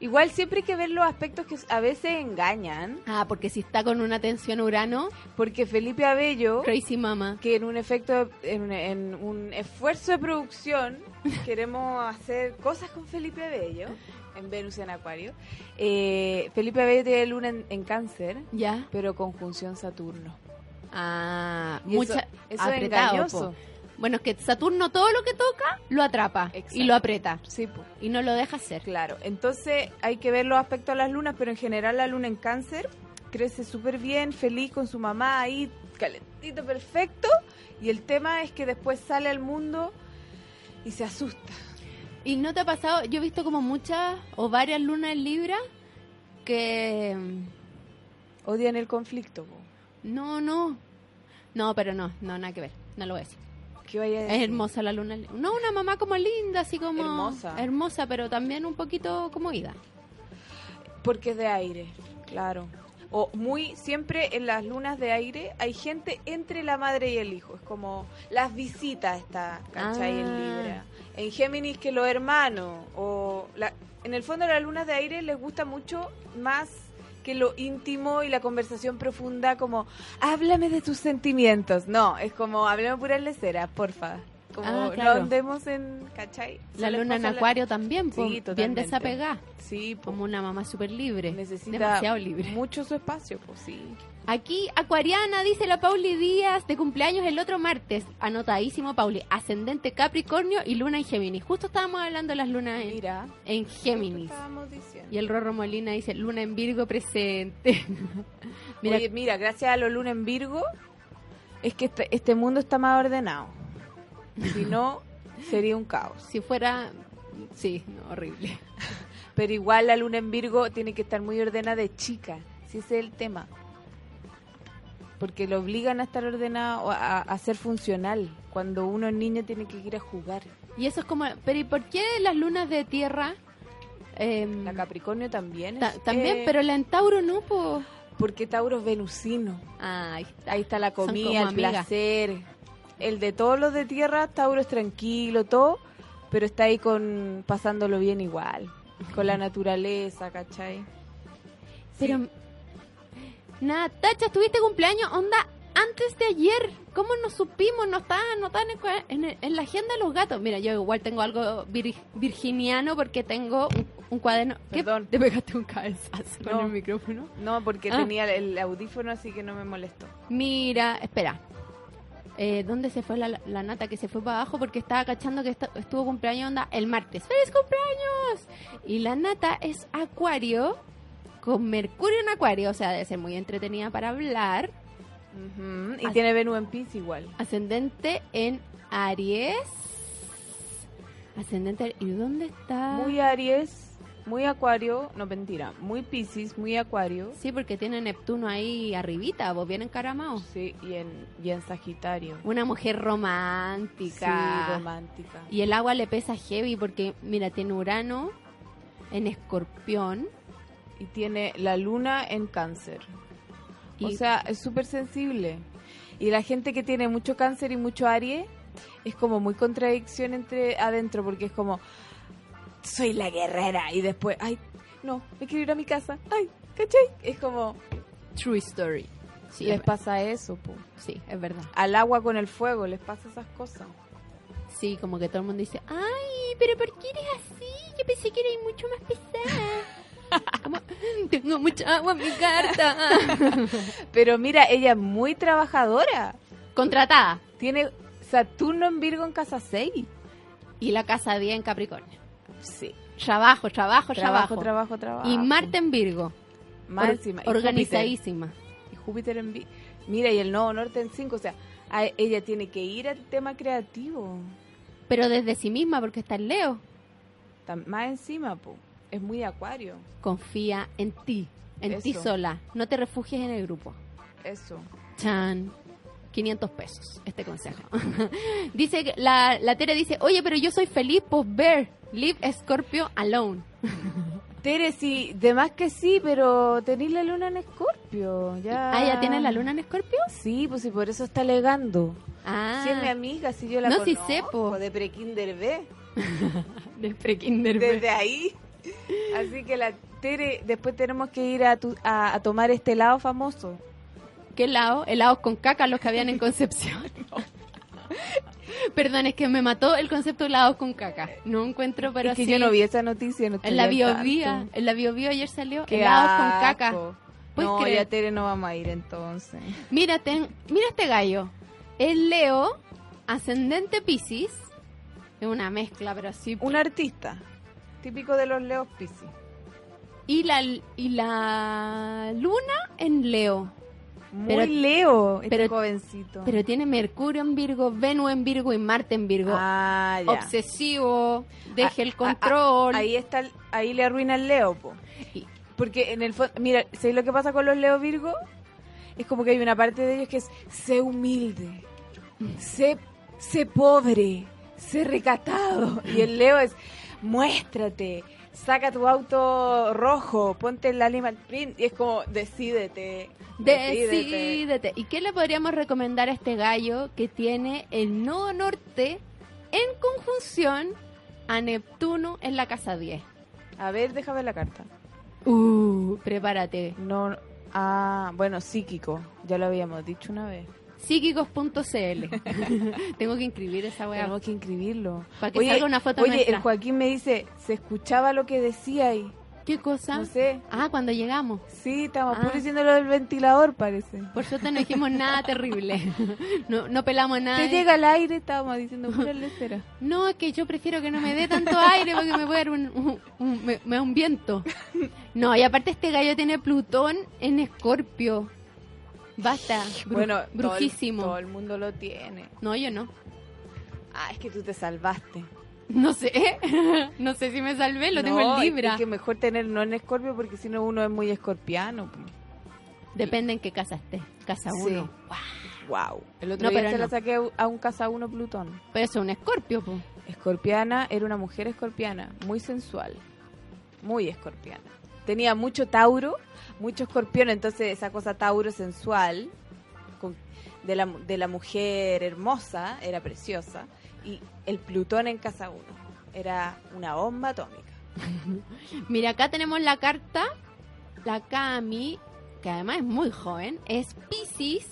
S4: Igual siempre hay que ver los aspectos que a veces engañan.
S2: Ah, porque si está con una tensión urano,
S4: Porque Felipe Abello,
S2: crazy mama.
S4: que en un efecto, de- en, un- en un esfuerzo
S2: [LAUGHS]
S4: de producción, queremos hacer cosas con Felipe Abello, en Venus en Acuario. Eh, Felipe Abello tiene luna en- en cáncer.
S2: ¿Ya?
S4: pero conjunción Saturno.
S2: Ah,
S4: Y
S2: mucha...
S4: eso, eso es
S2: apretado,
S4: engañoso.
S2: po. Bueno, es que Saturno todo lo que toca lo atrapa y
S4: Exacto.
S2: lo aprieta
S4: Sí, po,
S2: y no lo deja hacer.
S4: claro. Entonces hay que ver los aspectos de las lunas, pero en general la luna en cáncer crece súper bien, feliz con su mamá ahí, calentito, perfecto. Y el tema es que después sale al mundo y se asusta.
S2: ¿Y no te ha pasado? Yo he visto como muchas o varias lunas en Libra que... mm,
S4: Odian el conflicto. po.
S2: No, no. No, pero no, no, nada que ver. No lo voy a decir.
S4: ¿Qué vaya a
S2: Es
S4: decir?
S2: hermosa la luna. No, una mamá como linda, así como...
S4: Hermosa.
S2: Hermosa, pero también un poquito como ida.
S4: Porque es de aire, claro. O muy, siempre en las lunas de aire hay gente entre la madre y el hijo. Es como las visitas está, ¿cachai?
S2: Ah.
S4: En Libra. En Géminis que los hermanos. O la- en el fondo las lunas de aire les gusta mucho más que lo íntimo y la conversación profunda como, háblame de tus sentimientos. No, es como, háblame puras leceras, porfa. Como
S2: Ah,
S4: no
S2: claro.
S4: andemos en, ¿cachai? Se
S2: La
S4: les
S2: luna en
S4: pasa la-
S2: acuario también, po, bien
S4: totalmente.
S2: desapegada.
S4: Sí, pues. po.
S2: Como una mamá súper libre.
S4: Necesita
S2: demasiado libre.
S4: mucho su espacio, pues sí.
S2: Aquí, Acuariana, dice la Pauli Díaz, de cumpleaños el otro martes. Anotadísimo, Pauli. Ascendente Capricornio y luna en Géminis. Justo estábamos hablando de las lunas en,
S4: Mira,
S2: en
S4: ¿qué
S2: Géminis.
S4: estábamos diciendo?
S2: Y el Rorro Molina dice, luna en Virgo presente. [LAUGHS] Mira,
S4: Oye, mira, gracias a los lunes en Virgo, es que este, este mundo está más ordenado. Si
S2: [LAUGHS]
S4: no, sería un caos.
S2: si fuera... Sí, no, horrible.
S4: Pero igual la luna en Virgo tiene que estar muy ordenada de chica, si ese es el tema. Porque lo obligan a estar ordenado, a, a ser funcional, cuando uno es niño tiene que ir a jugar.
S2: Y eso es como... Pero ¿y por qué las lunas de tierra... em,
S4: La Capricornio también.
S2: ta-
S4: es-
S2: también,
S4: eh,
S2: pero la en Tauro no, po.
S4: Porque Tauro es venusino.
S2: Ay,
S4: Ahí está la
S2: Son
S4: comida,
S2: como
S4: el
S2: amigas.
S4: placer. El de todos los de tierra, Tauro es tranquilo, todo, pero está ahí con pasándolo bien igual, con la naturaleza, ¿cachai?
S2: pero... Natacha, tuviste cumpleaños, onda, antes de ayer. ¿Cómo nos supimos? No estaban, no estaban en cua- en, el- en la agenda de los gatos. Mira, yo igual tengo algo vir- virginiano porque tengo un, un cuaderno...
S4: Perdón.
S2: ¿Te pegaste un cabezazo con
S4: No.
S2: el micrófono?
S4: No, porque
S2: Ah.
S4: tenía el audífono, así que no me molestó.
S2: Mira, espera. Eh, ¿Dónde se fue la, la nata que se fue para abajo? Porque estaba cachando que esta- estuvo cumpleaños onda el martes. ¡Feliz cumpleaños! Y la nata es acuario, con Mercurio en acuario, o sea, debe ser muy entretenida para hablar.
S4: Ujú, Y
S2: Así-
S4: tiene Venus en Pisces igual.
S2: Ascendente en Aries. Ascendente, ¿y dónde está?
S4: Muy Aries, muy Acuario, no mentira, muy Pisces, muy Acuario.
S2: Sí, porque tiene Neptuno ahí arribita, vos bien encaramado.
S4: Sí, y en, y en Sagitario.
S2: Una mujer romántica.
S4: Sí, romántica.
S2: Y el agua le pesa heavy porque, mira, tiene Urano en escorpión.
S4: y tiene la luna en cáncer. O
S2: Y-
S4: sea, es súper sensible. Y la gente que tiene mucho cáncer y mucho aries es como muy contradicción entre adentro porque es como soy la guerrera y después, ay, no, me quiero ir a mi casa. Ay, ¿cachai? Es como
S2: True story. Sí,
S4: les
S2: es, ver-
S4: pasa eso, po.
S2: sí, es verdad.
S4: Al agua con el fuego les pasa esas cosas.
S2: Sí, como que todo el mundo dice, ay, pero ¿por qué eres así? Yo pensé que eres mucho más pesada. [LAUGHS] Como, "Mm, tengo mucha agua en mi carta. [LAUGHS]
S4: Pero mira, ella es muy trabajadora.
S2: Contratada.
S4: Tiene Saturno en Virgo en casa 6.
S2: Y la casa 10 en Capricornio.
S4: Sí.
S2: Trabajo, trabajo,
S4: Trabajo,
S2: trabajo.
S4: trabajo, trabajo.
S2: Y Marte en Virgo.
S4: Más
S2: Or-
S4: encima, y Júpiter.
S2: organizadísima.
S4: y Júpiter en Vi- Mira, y el Nodo Norte en 5, o sea, a- ella tiene que ir al tema creativo.
S2: Pero desde sí misma porque está en Leo.
S4: Tam- más encima, po. Es muy acuario,
S2: Confía en ti, en ti
S4: Eso.
S2: sola. No te refugies en el grupo.
S4: eso.
S2: Chan. 500 pesos, este consejo. [LAUGHS] dice que- la, la Tere dice, oye, pero yo soy feliz por ver Live Scorpio Alone.
S4: Tere, sí, de más que sí, pero tenéis la luna en Escorpio. Ya...
S2: Ah, ¿ya tienes la luna en Scorpio?
S4: Sí, pues sí, por eso está alegando.
S2: Ah,
S4: Si es mi amiga, si yo la
S2: No, sí
S4: conozco.
S2: sé, po.
S4: De prekinder B,
S2: de prekinder.
S4: desde ahí. Así que la Tere, después tenemos que ir a, tu- a, a tomar este helado famoso.
S2: pues. ¿Qué helado? Helados con caca los que habían en
S4: [LAUGHS]
S2: Concepción. [LAUGHS] Perdón, es que me mató el concepto de helados con caca. No encuentro, pero
S4: es que
S2: sí,
S4: yo no vi esa noticia. No
S2: En la
S4: estoy al
S2: biovía,
S4: tanto.
S2: en la biovía ayer salió
S4: Qué
S2: helados con
S4: asco.
S2: caca. Pues ¿Puedes
S4: No,
S2: creer?
S4: ya Tere no vamos a ir entonces.
S2: Mira, ten- mira este gallo. El Leo, ascendente Piscis. Es una mezcla, pero sí.
S4: Un artista, típico de los Leos Piscis.
S2: Y la, y la luna en Leo.
S4: Muy
S2: Pero-
S4: Leo, este
S2: pero-
S4: jovencito.
S2: Pero tiene Mercurio en Virgo, Venus en Virgo y Marte en Virgo.
S4: ah, ya.
S2: Obsesivo, deje
S4: Ah,
S2: el
S4: ah,
S2: control.
S4: Ahí está, el- ahí le arruina el Leo, po.
S2: Y-
S4: Porque en el fondo, mira, ¿sabes lo que pasa con los Leo Virgo? Es como que hay una parte de ellos que es sé humilde, sé, sé pobre, sé recatado. [LAUGHS] Y el Leo es muéstrate, saca tu auto rojo, ponte el animal print. Y es como decídete.
S2: Decídete. ¿Y qué le podríamos recomendar a este gallo que tiene el nodo norte en conjunción a Neptuno en la casa 10?
S4: A ver, déjame la carta.
S2: Uh, prepárate.
S4: No, no- ah, bueno, psíquico, ya lo habíamos dicho una vez. [LAUGHS]
S2: Psíquicos.cl. Tengo que inscribir esa weá.
S4: Tenemos que inscribirlo.
S2: Para que salga una foto
S4: oye,
S2: nuestra.
S4: el Joaquín me dice, se escuchaba lo que decía y
S2: ¿Qué cosa?
S4: no sé.
S2: Ah, cuando llegamos.
S4: Sí, estamos
S2: Ah.
S4: puro diciendo lo del ventilador, parece.
S2: Por suerte no dijimos nada
S4: [LAUGHS]
S2: terrible. No, no pelamos nada.
S4: Te llega al aire, estábamos
S2: [LAUGHS]
S4: diciendo pura lecera.
S2: No, es que yo prefiero que no me dé tanto aire porque me puede dar un, un- un- me, me da un viento. No, y aparte este gallo tiene Plutón en Escorpio. Basta, bru-
S4: Bueno, todo el-
S2: brujísimo.
S4: Todo el, mundo lo tiene.
S2: No, yo no.
S4: Ah, es que tú te salvaste.
S2: No sé, [LAUGHS] no sé si me salvé, lo tengo
S4: No,
S2: en Libra.
S4: Es que mejor tener no en escorpio porque si no uno es muy escorpiano.
S2: Depende en qué casa esté, casa
S4: Sí.
S2: uno.
S4: Wow. El otro
S2: No,
S4: día
S2: pero
S4: se la
S2: no.
S4: saqué a un casa uno Plutón.
S2: Pero eso es un Escorpio, po.
S4: Escorpiana era una mujer escorpiana, muy sensual, muy escorpiana. tenía mucho Tauro, mucho Escorpión, entonces esa cosa Tauro sensual con- de, la, de la mujer hermosa, era preciosa, y el Plutón en casa uno, era una bomba atómica.
S2: Mira, acá tenemos la carta. La Cami, que además es muy joven, es Pisces.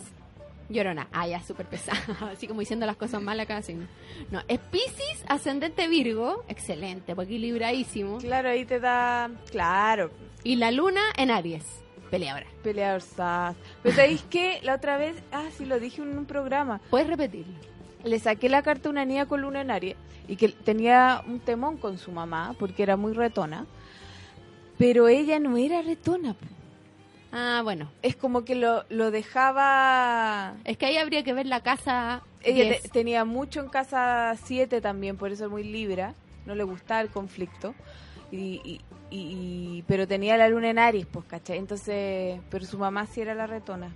S2: Llorona, ah, ya, súper pesada. [LAUGHS] Así como diciendo las cosas malas cada signo. No, es Pisces, ascendente Virgo. Excelente, pues equilibradísimo.
S4: Claro, ahí te da, claro,
S2: Y la luna en Aries. Peleadora.
S4: peleador sas. Pero sabéis que la otra vez, ah, sí, lo dije en un programa,
S2: Puedes repetirlo.
S4: le saqué la carta a una niña con luna en Aries y que tenía un temón con su mamá porque era muy retona, pero ella no era retona. po.
S2: Ah, bueno.
S4: Es como que lo, lo dejaba...
S2: Es que ahí habría que ver la casa.
S4: Ella
S2: diez.
S4: te- tenía mucho en casa 7 también, por eso es muy libra, no le gustaba el conflicto. Y, y- y- y- pero tenía la luna en Aries, pues, ¿cachai? Entonces, pero su mamá sí era la retona.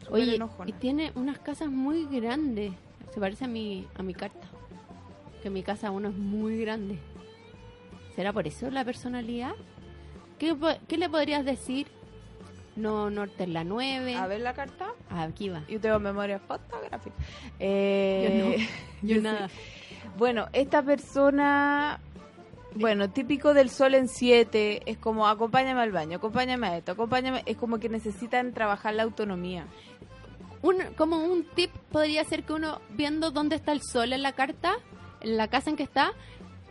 S4: súper
S2: Oye,
S4: enojona.
S2: y tiene unas casas muy grandes. Se parece a mi, a mi carta. Que mi casa uno es muy grande. ¿Será por eso la personalidad? ¿Qué, po- qué le podrías decir? No, Norte en la 9.
S4: A ver la carta.
S2: Aquí va.
S4: Yo tengo memoria fotográfica. Eh,
S2: [LAUGHS] Yo
S4: sí.
S2: nada.
S4: Bueno, esta persona, bueno, típico del sol en siete, es como acompáñame al baño, acompáñame a esto, acompáñame, es como que necesitan trabajar la autonomía.
S2: Un- como un tip podría ser que uno viendo dónde está el sol en la carta, en la casa en que está,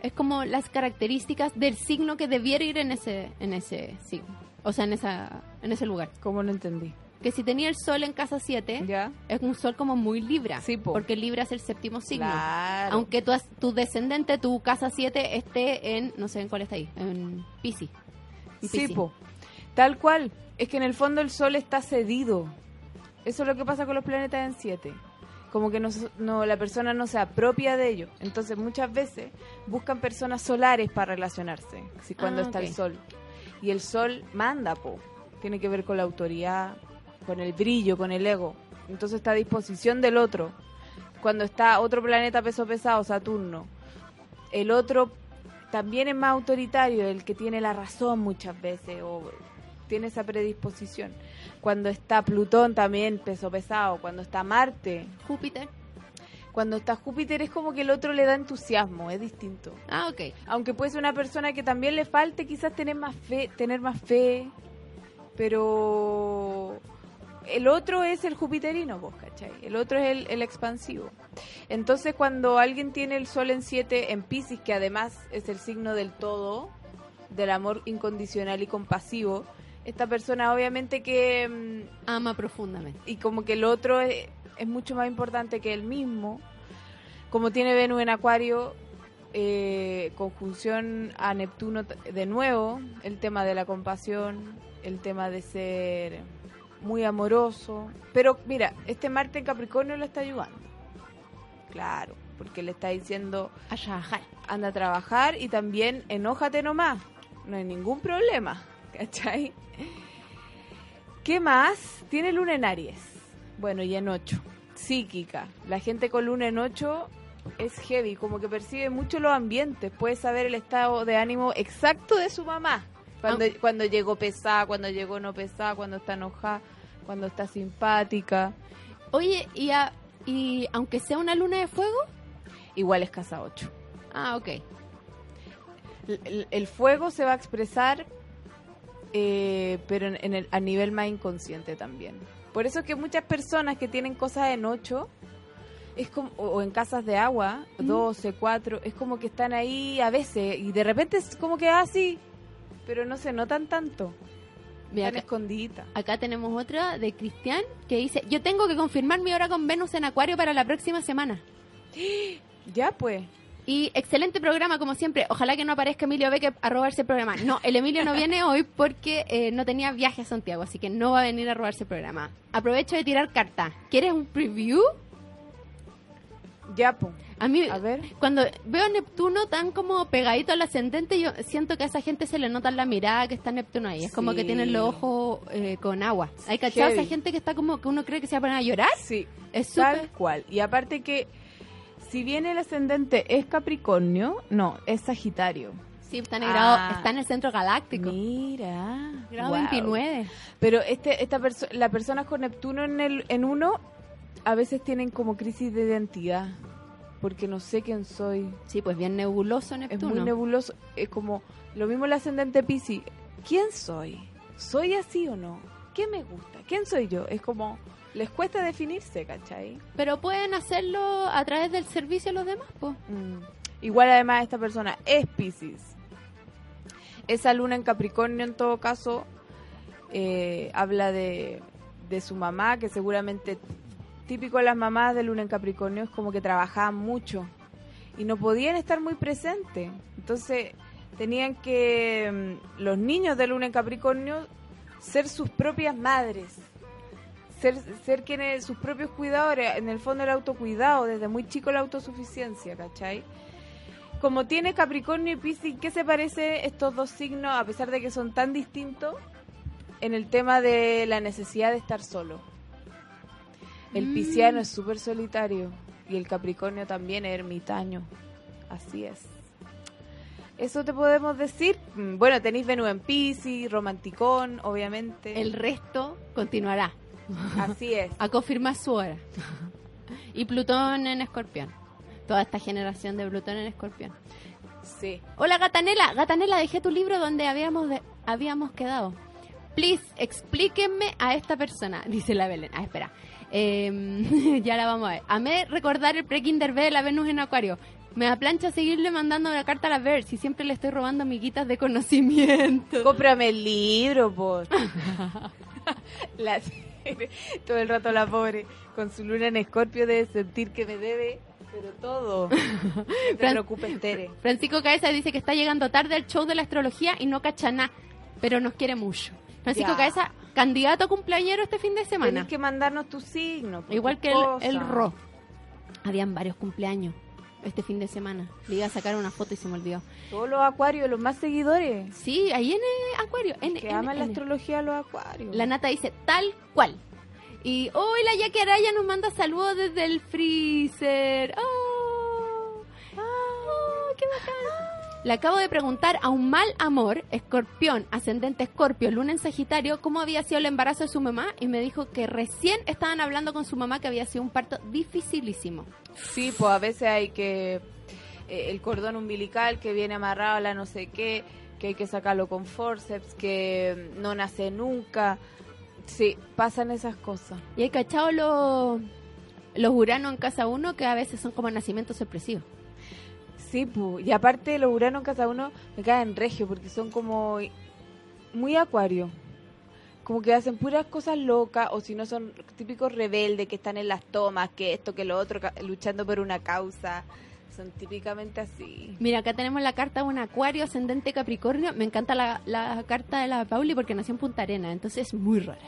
S2: es como las características del signo que debiera ir en ese, en ese signo. O sea, en, esa, en ese lugar.
S4: ¿Cómo no entendí?
S2: Que si tenía el sol en casa 7,
S4: ¿Ya?
S2: es un sol como muy Libra.
S4: Sí, po.
S2: Porque Libra es el séptimo signo.
S4: Claro.
S2: Aunque tu, as- tu descendente, tu casa 7, esté en, no sé en cuál está ahí, en Piscis. En
S4: Sí,
S2: Piscis.
S4: po. Tal cual. Es que en el fondo el sol está cedido. Eso es lo que pasa con los planetas en siete. Como que no, s- no- la persona no se apropia de ellos. Entonces muchas veces buscan personas solares para relacionarse. Si cuando
S2: Ah,
S4: está
S2: ok.
S4: el sol. Y el sol manda, po. Tiene que ver con la autoridad, con el brillo, con el ego. Entonces está a disposición del otro. Cuando está otro planeta peso pesado, Saturno, el otro también es más autoritario, el que tiene la razón muchas veces o tiene esa predisposición. Cuando está Plutón también peso pesado, cuando está Marte,
S2: Júpiter.
S4: cuando está Júpiter es como que el otro le da entusiasmo, es distinto.
S2: Ah, ok.
S4: Aunque puede ser una persona que también le falte quizás tener más fe, tener más fe, pero el otro es el jupiterino, vos, ¿cachai? El otro es el, el expansivo. Entonces, cuando alguien tiene el sol en 7 en Pisces, que además es el signo del todo, del amor incondicional y compasivo, esta persona obviamente que... mm,
S2: Ama profundamente.
S4: y como que el otro es, es mucho más importante que el mismo. Como tiene Venus en Acuario, eh, conjunción a Neptuno t- de nuevo, el tema de la compasión, el tema de ser muy amoroso. Pero mira, este Marte en Capricornio lo está ayudando. Claro, porque le está diciendo,
S2: A trabajar.
S4: anda a trabajar y también enójate nomás. No hay ningún problema, [LAUGHS] ¿cachai? ¿Qué más? Tiene luna en Aries. Bueno, y en 8. Psíquica. La gente con luna en 8 es heavy, como que percibe mucho los ambientes, puede saber el estado de ánimo exacto de su mamá. Cuando, cuando llegó pesada, cuando llegó no pesada, cuando está enojada, cuando está simpática.
S2: Oye, y, a- y aunque sea una luna de fuego,
S4: Igual es casa 8.
S2: ah, ok.
S4: el- el, el fuego se va a expresar, eh, pero en, en el, a nivel más inconsciente también. Por eso es que muchas personas que tienen cosas en ocho, es como, o, o en casas de agua, 12, 4, es como que están ahí a veces y de repente es como que así, pero no se notan tanto,
S2: Mira, acá,
S4: están escondiditas.
S2: acá tenemos otra de Cristian que dice, yo tengo que confirmar mi hora con Venus en Acuario para la próxima semana.
S4: Ya pues,
S2: Y excelente programa, como siempre. Ojalá que no aparezca Emilio Becker a robarse el programa. No, el Emilio no viene hoy porque eh, no tenía viaje a Santiago, así que no va a venir a robarse el programa. Aprovecho de tirar carta. ¿Quieres un preview?
S4: ya pues,
S2: A mí,
S4: a ver.
S2: cuando veo a Neptuno tan como pegadito al ascendente, yo siento que a esa gente se le nota en la mirada que está Neptuno ahí. Es como
S4: Sí.
S2: que tienen los ojos eh, con agua. ¿Hay cachado
S4: Heavy.
S2: esa gente que está como que uno cree que se va a poner a llorar?
S4: Sí,
S2: Es súper...
S4: Tal cual. Y aparte que, si bien el ascendente es Capricornio, no, es Sagitario.
S2: Sí, está en el grado-
S4: Ah.
S2: está en el centro galáctico.
S4: Mira.
S2: Grado
S4: Wow.
S2: 29.
S4: Pero este, esta perso las personas con Neptuno en el en uno a veces tienen como crisis de identidad porque no sé quién soy.
S2: Sí, pues bien nebuloso
S4: Es
S2: Neptuno.
S4: muy nebuloso. Es como lo mismo el ascendente Piscis. ¿Quién soy? ¿Soy así o no? ¿Qué me gusta? ¿Quién soy yo? Es como les cuesta definirse, ¿cachai?
S2: Pero pueden hacerlo a través del servicio a los demás, pues.
S4: Mm. Igual además esta persona es Pisces. Esa luna en Capricornio en todo caso eh, habla de, de su mamá, que seguramente típico de las mamás de luna en Capricornio es como que trabajaban mucho y no podían estar muy presentes. Entonces tenían que mm, los niños de luna en Capricornio ser sus propias madres. Ser, ser quienes, sus propios cuidadores, en el fondo el autocuidado, desde muy chico la autosuficiencia, ¿cachai? Como tiene Capricornio y Piscis, ¿qué se parece estos dos signos, a pesar de que son tan distintos, en el tema de la necesidad de estar solo? El
S2: Mm.
S4: pisciano es súper solitario y el Capricornio también es ermitaño. Así es. Eso te podemos decir. Mm, Bueno, tenéis Venus en Piscis, Romanticón, obviamente.
S2: El resto continuará
S4: Así es.
S2: a confirmar su hora. [LAUGHS] y Plutón en Escorpión. Toda esta generación de Plutón en Escorpión.
S4: Sí.
S2: Hola Gatanela, Gatanela, dejé tu libro donde habíamos, de- habíamos quedado. Please, explíquenme a esta persona, [LAUGHS] dice la Belén. Ah, espera. Em, [LAUGHS] ya la vamos a ver. Amé recordar el pre-Kinder B de la Venus en Acuario. Me aplancha seguirle mandando una carta a la Ver si siempre le estoy robando amiguitas de conocimiento.
S4: Cómprame el
S2: [LAUGHS]
S4: libro, por. la Todo el rato la pobre, con su luna en escorpio, debe sentir que me debe, pero todo. No
S2: [LAUGHS]
S4: te
S2: Fran-
S4: preocupes, Tere.
S2: Francisco Caesa dice que está llegando tarde al show de la astrología y no cacha nada, pero nos quiere mucho. Francisco
S4: Ya.
S2: Caesa, candidato a cumpleañero este fin de semana.
S4: Tienes que mandarnos tu signo. po,
S2: Igual
S4: tu
S2: que el,
S4: cosa.
S2: el Ro. Habían varios cumpleaños este fin de semana. Le iba a sacar una foto y se me olvidó.
S4: Todos los acuarios, los más seguidores.
S2: Sí, ahí en eh, Acuario. En,
S4: Que
S2: en-
S4: aman la
S2: en-
S4: astrología los acuarios.
S2: La Nata dice, tal cual. Y hoy la Jackie Araya nos manda saludos desde el freezer. ¡Oh! ¡Oh, ¡Qué bacán! Le acabo de preguntar a un mal amor, escorpión, ascendente escorpio, luna en Sagitario, cómo había sido el embarazo de su mamá y me dijo que recién estaban hablando con su mamá que había sido un parto dificilísimo.
S4: Sí, pues a veces hay que eh, el cordón umbilical que viene amarrado a la no sé qué, que hay que sacarlo con forceps, que mm, no nace nunca. Sí, pasan esas cosas.
S2: Y hay cachado los, los uranos en casa uno que a veces son como nacimientos sorpresivos.
S4: Sí, pues. Y aparte los uranos cada uno me caen regio porque son como muy acuario. Como que hacen puras cosas locas o si no son típicos rebeldes que están en las tomas, que esto, que lo otro, ca- luchando por una causa. Son típicamente así.
S2: Mira, acá tenemos la carta de un acuario ascendente capricornio. Me encanta la, la carta de la Pauli porque nació en Punta Arena, entonces es muy rara.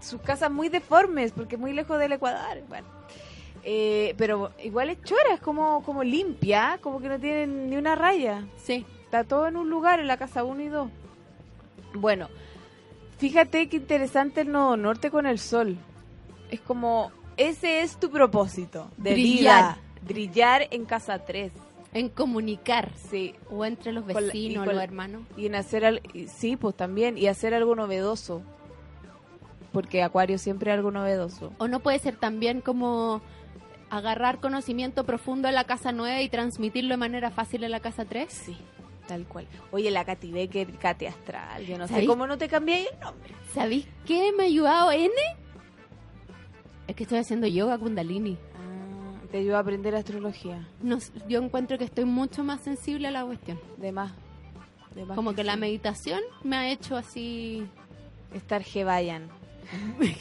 S4: sus casas muy deformes porque muy lejos del Ecuador. Bueno. Eh, pero igual es chora, es como, como limpia, como que no tiene ni una raya.
S2: Sí.
S4: Está todo en un lugar, en la casa 1 y 2. Bueno, fíjate qué interesante el nodo norte con el sol. Es como, ese es tu propósito de
S2: Brillar.
S4: vida. Brillar en casa 3.
S2: En comunicar.
S4: Sí,
S2: O entre los
S4: Con la- y
S2: vecinos,
S4: con
S2: los
S4: la-
S2: hermanos.
S4: y en hacer al- y- sí, pues también, y hacer algo novedoso. Porque Acuario siempre algo novedoso.
S2: O no puede ser también como agarrar conocimiento profundo en la casa 9 y transmitirlo de manera fácil en la casa 3.
S4: Sí, tal cual. Oye, la Katy Becker, Katy Astral, yo no sé
S2: ¿Sabéis?
S4: cómo no te cambié el nombre.
S2: ¿Sabéis qué me ha ayudado N? Es que estoy haciendo yoga kundalini.
S4: Ah, te ayudó a aprender astrología.
S2: No s- yo encuentro que estoy mucho más sensible a la cuestión.
S4: De más. De más
S2: Como que la
S4: sí.
S2: meditación me ha hecho así
S4: Estar [LAUGHS] Jevayan.
S2: [LAUGHS]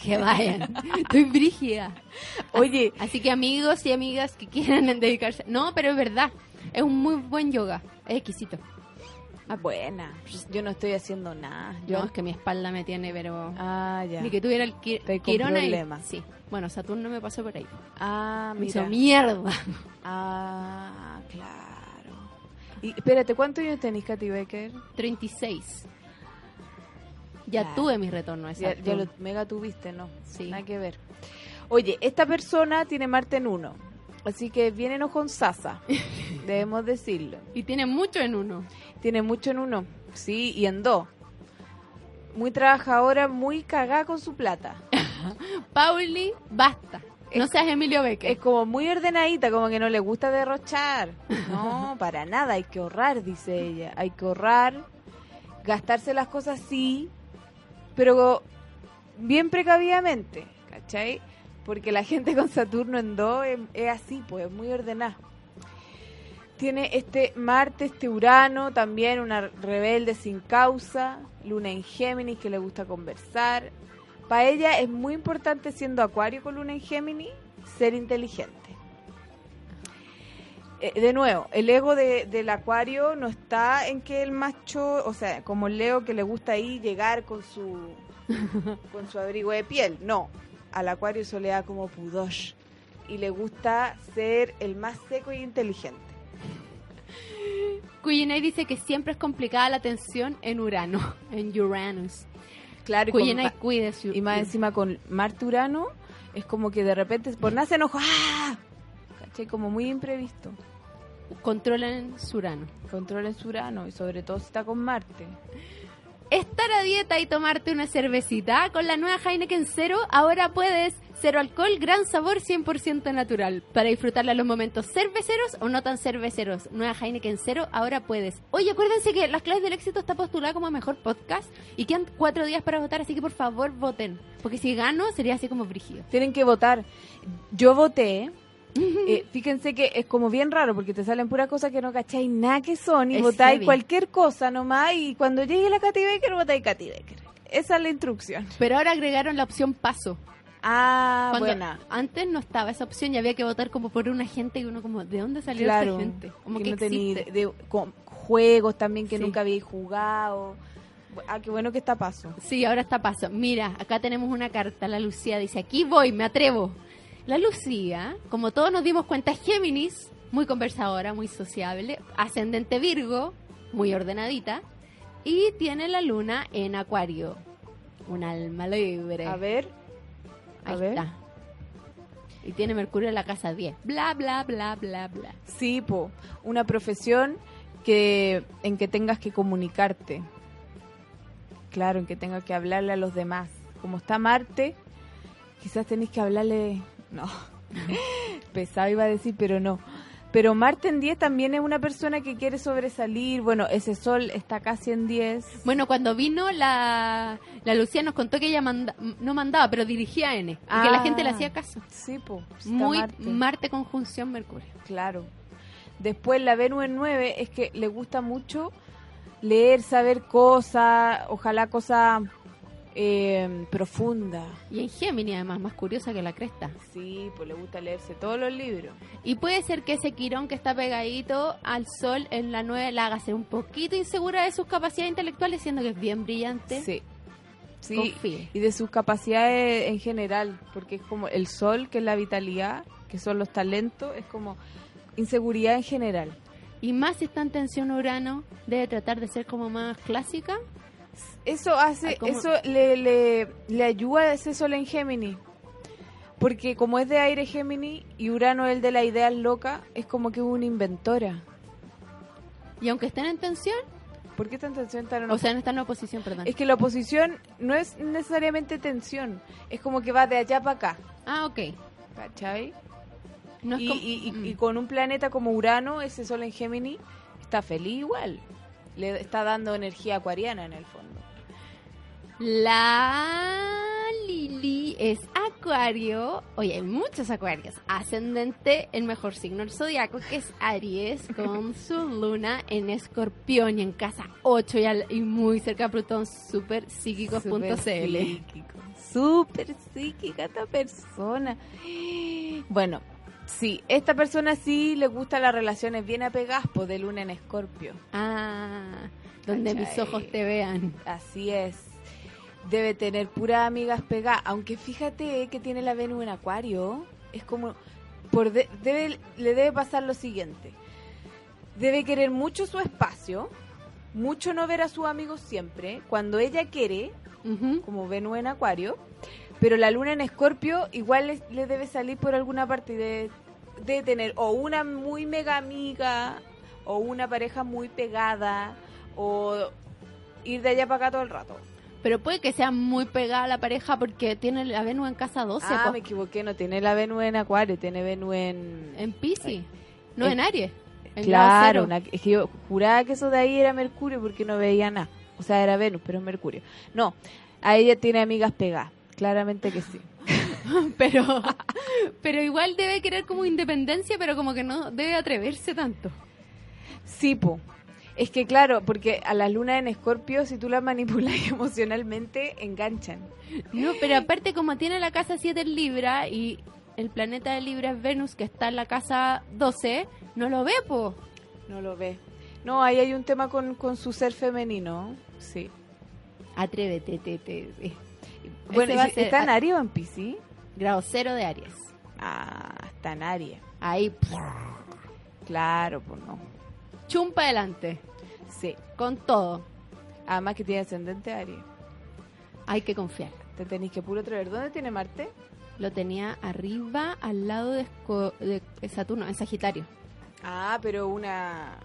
S2: que vayan. Estoy brígida.
S4: Oye,
S2: Así que amigos y amigas que quieran [LAUGHS] dedicarse. No, pero es verdad. Es un muy buen yoga. Es exquisito.
S4: ah, buena. Yo no estoy haciendo nada.
S2: Yo
S4: Yo.
S2: es que mi espalda me tiene, pero.
S4: Ah, ya.
S2: Ni que tuviera el qui-
S4: Estoy con
S2: quirón ahí.
S4: problemas.
S2: Sí. Bueno, Saturno me pasó por ahí.
S4: Ah,
S2: Me hizo
S4: mira.
S2: mierda. [LAUGHS]
S4: Ah, claro. Y espérate, ¿cuántos años tenés, Katy Becker?
S2: 36. Ya
S4: Ya.
S2: tuve mi retorno a
S4: Ya,
S2: Saturno.
S4: ya lo mega tuviste, ¿no?
S2: Sí.
S4: Nada que ver. Oye, esta persona tiene Marte en uno. Así que viene enojón Sasa. debemos decirlo.
S2: Y tiene mucho en uno.
S4: Tiene mucho en uno, sí, y en dos. Muy trabajadora, muy cagada con su plata.
S2: Pauli, basta. No
S4: Es-
S2: seas Emilio
S4: Es
S2: Becker.
S4: como muy ordenadita, como que no le gusta derrochar. No, para nada, hay que ahorrar, dice ella. Hay que ahorrar, gastarse las cosas sí, pero bien precavidamente, ¿cachai? Porque la gente con Saturno en 2 es, es así, pues, muy ordenada. Tiene este Marte, este Urano, también una rebelde sin causa, Luna en Géminis que le gusta conversar. Para ella es muy importante siendo Acuario con Luna en Géminis ser inteligente. Eh, de nuevo, el ego de- del acuario no está en que el macho, o sea, como Leo que le gusta ahí llegar con [LAUGHS] su con su abrigo de piel, no. Al acuario eso le da como pudor y le gusta ser el más seco y inteligente.
S2: Cuyenay dice que siempre es complicada la tensión en Urano, [LAUGHS] en Uranus.
S4: Claro,
S2: Cuyenay cuida su...
S4: y más encima con Marte Urano es como que de repente por nada se enoja. ¡Ah! ¿Cachai? Como muy imprevisto.
S2: Controlan su Urano.
S4: Controla su Urano y sobre todo si está con Marte.
S2: Estar a dieta y tomarte una cervecita con la nueva Heineken Cero, ahora puedes. Cero alcohol, gran sabor, 100% natural. Para disfrutarla los momentos cerveceros o no tan cerveceros. Nueva Heineken Cero, ahora puedes. Oye, acuérdense que Las Claves del Éxito está postulada como mejor podcast y quedan cuatro días para votar, así que por favor voten. Porque si gano, sería así como brígido.
S4: Tienen que votar. Yo voté.
S2: [LAUGHS]
S4: eh, fíjense que es como bien raro porque te salen puras cosas que no cacháis nada que son y
S2: Es
S4: votáis
S2: heavy.
S4: cualquier cosa nomás y cuando llegue la Katy Baker votáis Katy Baker. Esa es la instrucción.
S2: Pero ahora agregaron la opción paso.
S4: Ah,
S2: Cuando
S4: buena.
S2: Antes no estaba esa opción y había que votar como por una gente y uno como, ¿de dónde salió
S4: Claro.
S2: esa gente? Como que,
S4: que no tení
S2: existe.
S4: de- con juegos también que
S2: Sí.
S4: nunca habéis jugado. Ah, qué bueno que está paso.
S2: Sí, ahora está paso. Mira, acá tenemos una carta. La Lucía dice, aquí voy, me atrevo. La Lucía, como todos nos dimos cuenta, es Géminis, muy conversadora, muy sociable, ascendente Virgo, muy ordenadita, y tiene la luna en Acuario. Un alma libre.
S4: A ver. A
S2: Ahí
S4: ver.
S2: está. Y tiene Mercurio en la casa 10. Bla, bla, bla, bla, bla.
S4: Sí, po. Una profesión que en que tengas que comunicarte. Claro, en que tengas que hablarle a los demás. Como está Marte, quizás tenés que hablarle. No. [LAUGHS] Pesado iba a decir, pero no. Pero Marte en 10 también es una persona que quiere sobresalir. Bueno, ese sol está casi en 10.
S2: Bueno, cuando vino la, la Lucía nos contó que ella manda- no mandaba, pero dirigía a N. Y que la
S4: Ah.
S2: gente le hacía caso.
S4: Sí, po. Está
S2: Muy Marte.
S4: Marte.
S2: conjunción Mercurio.
S4: Claro. Después la Venus en 9 es que le gusta mucho leer, saber cosas, ojalá cosas eh, profundas.
S2: Y en Géminis, además, más curiosa que la cresta.
S4: Sí, pues le gusta leerse todos los libros.
S2: Y puede ser que ese Quirón que está pegadito al sol en la 9 la haga ser un poquito insegura de sus capacidades intelectuales, siendo que es bien brillante.
S4: Sí. Sí.
S2: Confíe.
S4: Y de sus capacidades en general, porque es como el sol, que es la vitalidad, que son los talentos, es como inseguridad en general.
S2: Y más si está en tensión Urano, debe tratar de ser como más clásica.
S4: Eso hace,
S2: Ah, ¿cómo?
S4: eso le, le, le ayuda a ese sol en Géminis. Porque como es de aire Géminis y Urano el de la idea loca, es como que una inventora.
S2: Y aunque estén en tensión,
S4: ¿Por qué tanta tensión tan
S2: o sea, no están en oposición, perdón.
S4: Ah. Es que la oposición no es necesariamente tensión, es como que va de allá para acá,
S2: Ah, ok.
S4: ¿cachai?
S2: No es
S4: y,
S2: como-
S4: y- y-
S2: Mm.
S4: y con un planeta como Urano, ese sol en Géminis, está feliz igual. Le está dando energía acuariana en el fondo.
S2: La Lili es Acuario. Oye, hay muchos Acuarios. Ascendente, el mejor signo del zodiaco, que es Aries,
S4: [LAUGHS]
S2: con su luna en Escorpión y en casa 8 y, al- y muy cerca a Plutón,
S4: Súper
S2: superpsíquicos.cl.
S4: psíquico. Súper psíquica esta persona. Bueno, sí, esta persona sí le gustan las relaciones bien apegadas, pues, de luna en escorpio.
S2: Ah, donde
S4: Cachai.
S2: mis ojos te vean.
S4: Así es. Debe tener puras amigas pegadas. Aunque fíjate que tiene la Venus en Acuario. Es como. Por de- debe, le debe pasar lo siguiente: debe querer mucho su espacio, mucho no ver a sus amigos siempre. Cuando ella quiere,
S2: Ujú.
S4: como Venus en Acuario, pero la luna en Escorpio igual les- le, debe salir por alguna parte y debe debe tener o una muy mega amiga, o una pareja muy pegada, o ir de allá para acá todo el rato.
S2: Pero puede que sea muy pegada la pareja porque tiene la Venus en casa 12,
S4: ah,
S2: po,
S4: me equivoqué, no tiene la Venus en Acuario, tiene Venus en...
S2: en Piscis, no
S4: Eh,
S2: en Aries. en
S4: claro,
S2: grado cero.
S4: una- es que yo juraba que eso de ahí era Mercurio porque no veía nada. O sea, era Venus, pero es Mercurio. No, a ella tiene amigas pegadas, claramente que sí.
S2: [LAUGHS] pero pero igual debe querer como independencia, pero como que no debe atreverse tanto.
S4: Sí, po. Es que claro, porque a las lunas en Escorpio, si tú las manipulas [LAUGHS] emocionalmente, enganchan.
S2: No, pero aparte como tiene la casa 7 en Libra y el planeta de Libra es Venus que está en la casa 12, no lo ve, po.
S4: No lo ve. No, ahí hay un tema con, con su ser femenino. Sí.
S2: Atrévete, te, te, sí.
S4: Bueno,
S2: Ese va a
S4: ¿y-
S2: ser-
S4: ¿está en
S2: a-
S4: Aries o en Piscis?
S2: Grado cero de Aries.
S4: Ah, está en Aries.
S2: Ahí,
S4: Claro, pues no.
S2: chumpa adelante,
S4: Sí.
S2: con todo.
S4: Además que tiene ascendente Aries.
S2: Hay que confiar.
S4: Te tenéis que puro atrever. ¿Dónde tiene Marte?
S2: Lo tenía arriba, al lado de, Esco- de Saturno, en Sagitario.
S4: Ah, pero una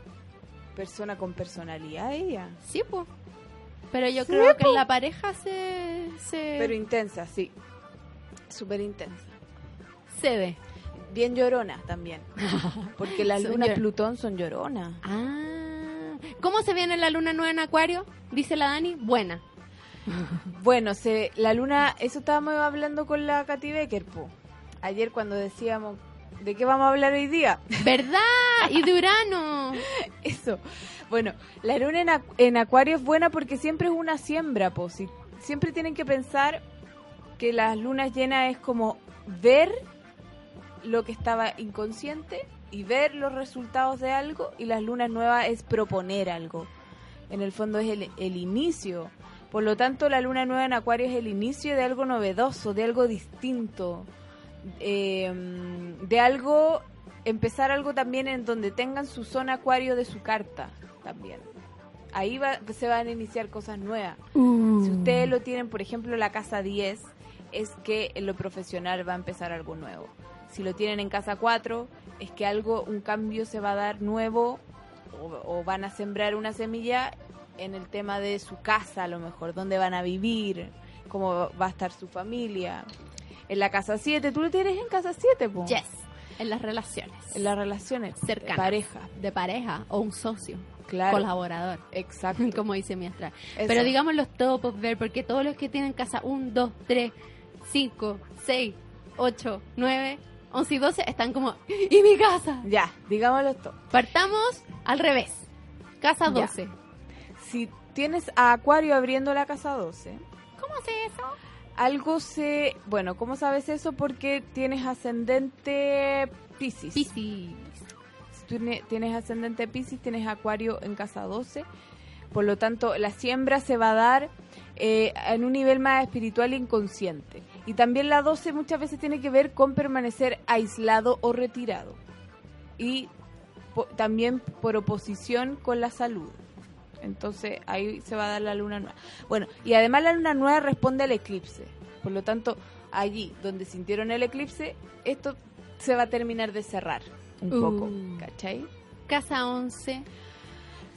S4: persona con personalidad ella.
S2: Sí, pues. Pero yo creo que en la pareja se, se,
S4: Pero intensa, sí. Súper intensa.
S2: se ve.
S4: Bien llorona [LAUGHS] también. Porque las
S2: Son
S4: lunas
S2: llor-
S4: Plutón son lloronas.
S2: Ah. ¿Cómo se viene la luna nueva en Acuario? Dice la Dani. Buena.
S4: Bueno, se, la luna, eso estábamos hablando con la Katy Becker, po. Ayer cuando decíamos, ¿de qué vamos a hablar hoy día?
S2: ¿Verdad? Y de Urano.
S4: [LAUGHS] Eso. Bueno, la luna en, acu- en Acuario es buena porque siempre es una siembra, po. Si- siempre tienen que pensar que las lunas llenas es como ver lo que estaba inconsciente y ver los resultados de algo y las lunas nuevas es proponer algo. En el fondo es el, el inicio. Por lo tanto, la luna nueva en Acuario es el inicio de algo novedoso, de algo distinto, eh, de algo, empezar algo también en donde tengan su zona Acuario de su carta también. Ahí va- se van a iniciar cosas nuevas.
S2: Mm.
S4: Si ustedes lo tienen, por ejemplo, la casa 10, es que en lo profesional va a empezar algo nuevo. Si lo tienen en casa 4, es que algo, un cambio se va a dar nuevo o, o van a sembrar una semilla en el tema de su casa, a lo mejor, dónde van a vivir, cómo va a estar su familia. En la casa 7, tú lo tienes en casa 7, po.
S2: Yes. En las relaciones.
S4: En las relaciones
S2: Cercanas.
S4: pareja,
S2: De pareja o un socio.
S4: claro.
S2: Colaborador. [LAUGHS]
S4: Exacto.
S2: Como dice mi astral.
S4: Eso.
S2: Pero digamos los topos, ver, porque todos los que tienen casa 1, 2, 3, 5, 6, 8, 9, 11 y 12 están como, ¿y mi casa?
S4: Ya, digámoslo todo.
S2: Partamos al revés. Casa
S4: Ya.
S2: 12.
S4: Si tienes a Acuario abriendo la casa 12,
S2: ¿Cómo hace eso?
S4: algo se... Bueno, ¿cómo sabes eso? Porque tienes ascendente Pisces.
S2: Piscis.
S4: Si tú ne- tienes ascendente Pisces, tienes Acuario en casa 12. Por lo tanto, la siembra se va a dar eh, en un nivel más espiritual e inconsciente. Y también la 12 muchas veces tiene que ver con permanecer aislado o retirado. Y po- también por oposición con la salud. Entonces ahí se va a dar la luna nueva. Bueno, y además la luna nueva responde al eclipse. Por lo tanto, allí donde sintieron el eclipse, esto se va a terminar de cerrar un
S2: Uh.
S4: poco. ¿Cachai?
S2: Casa 11.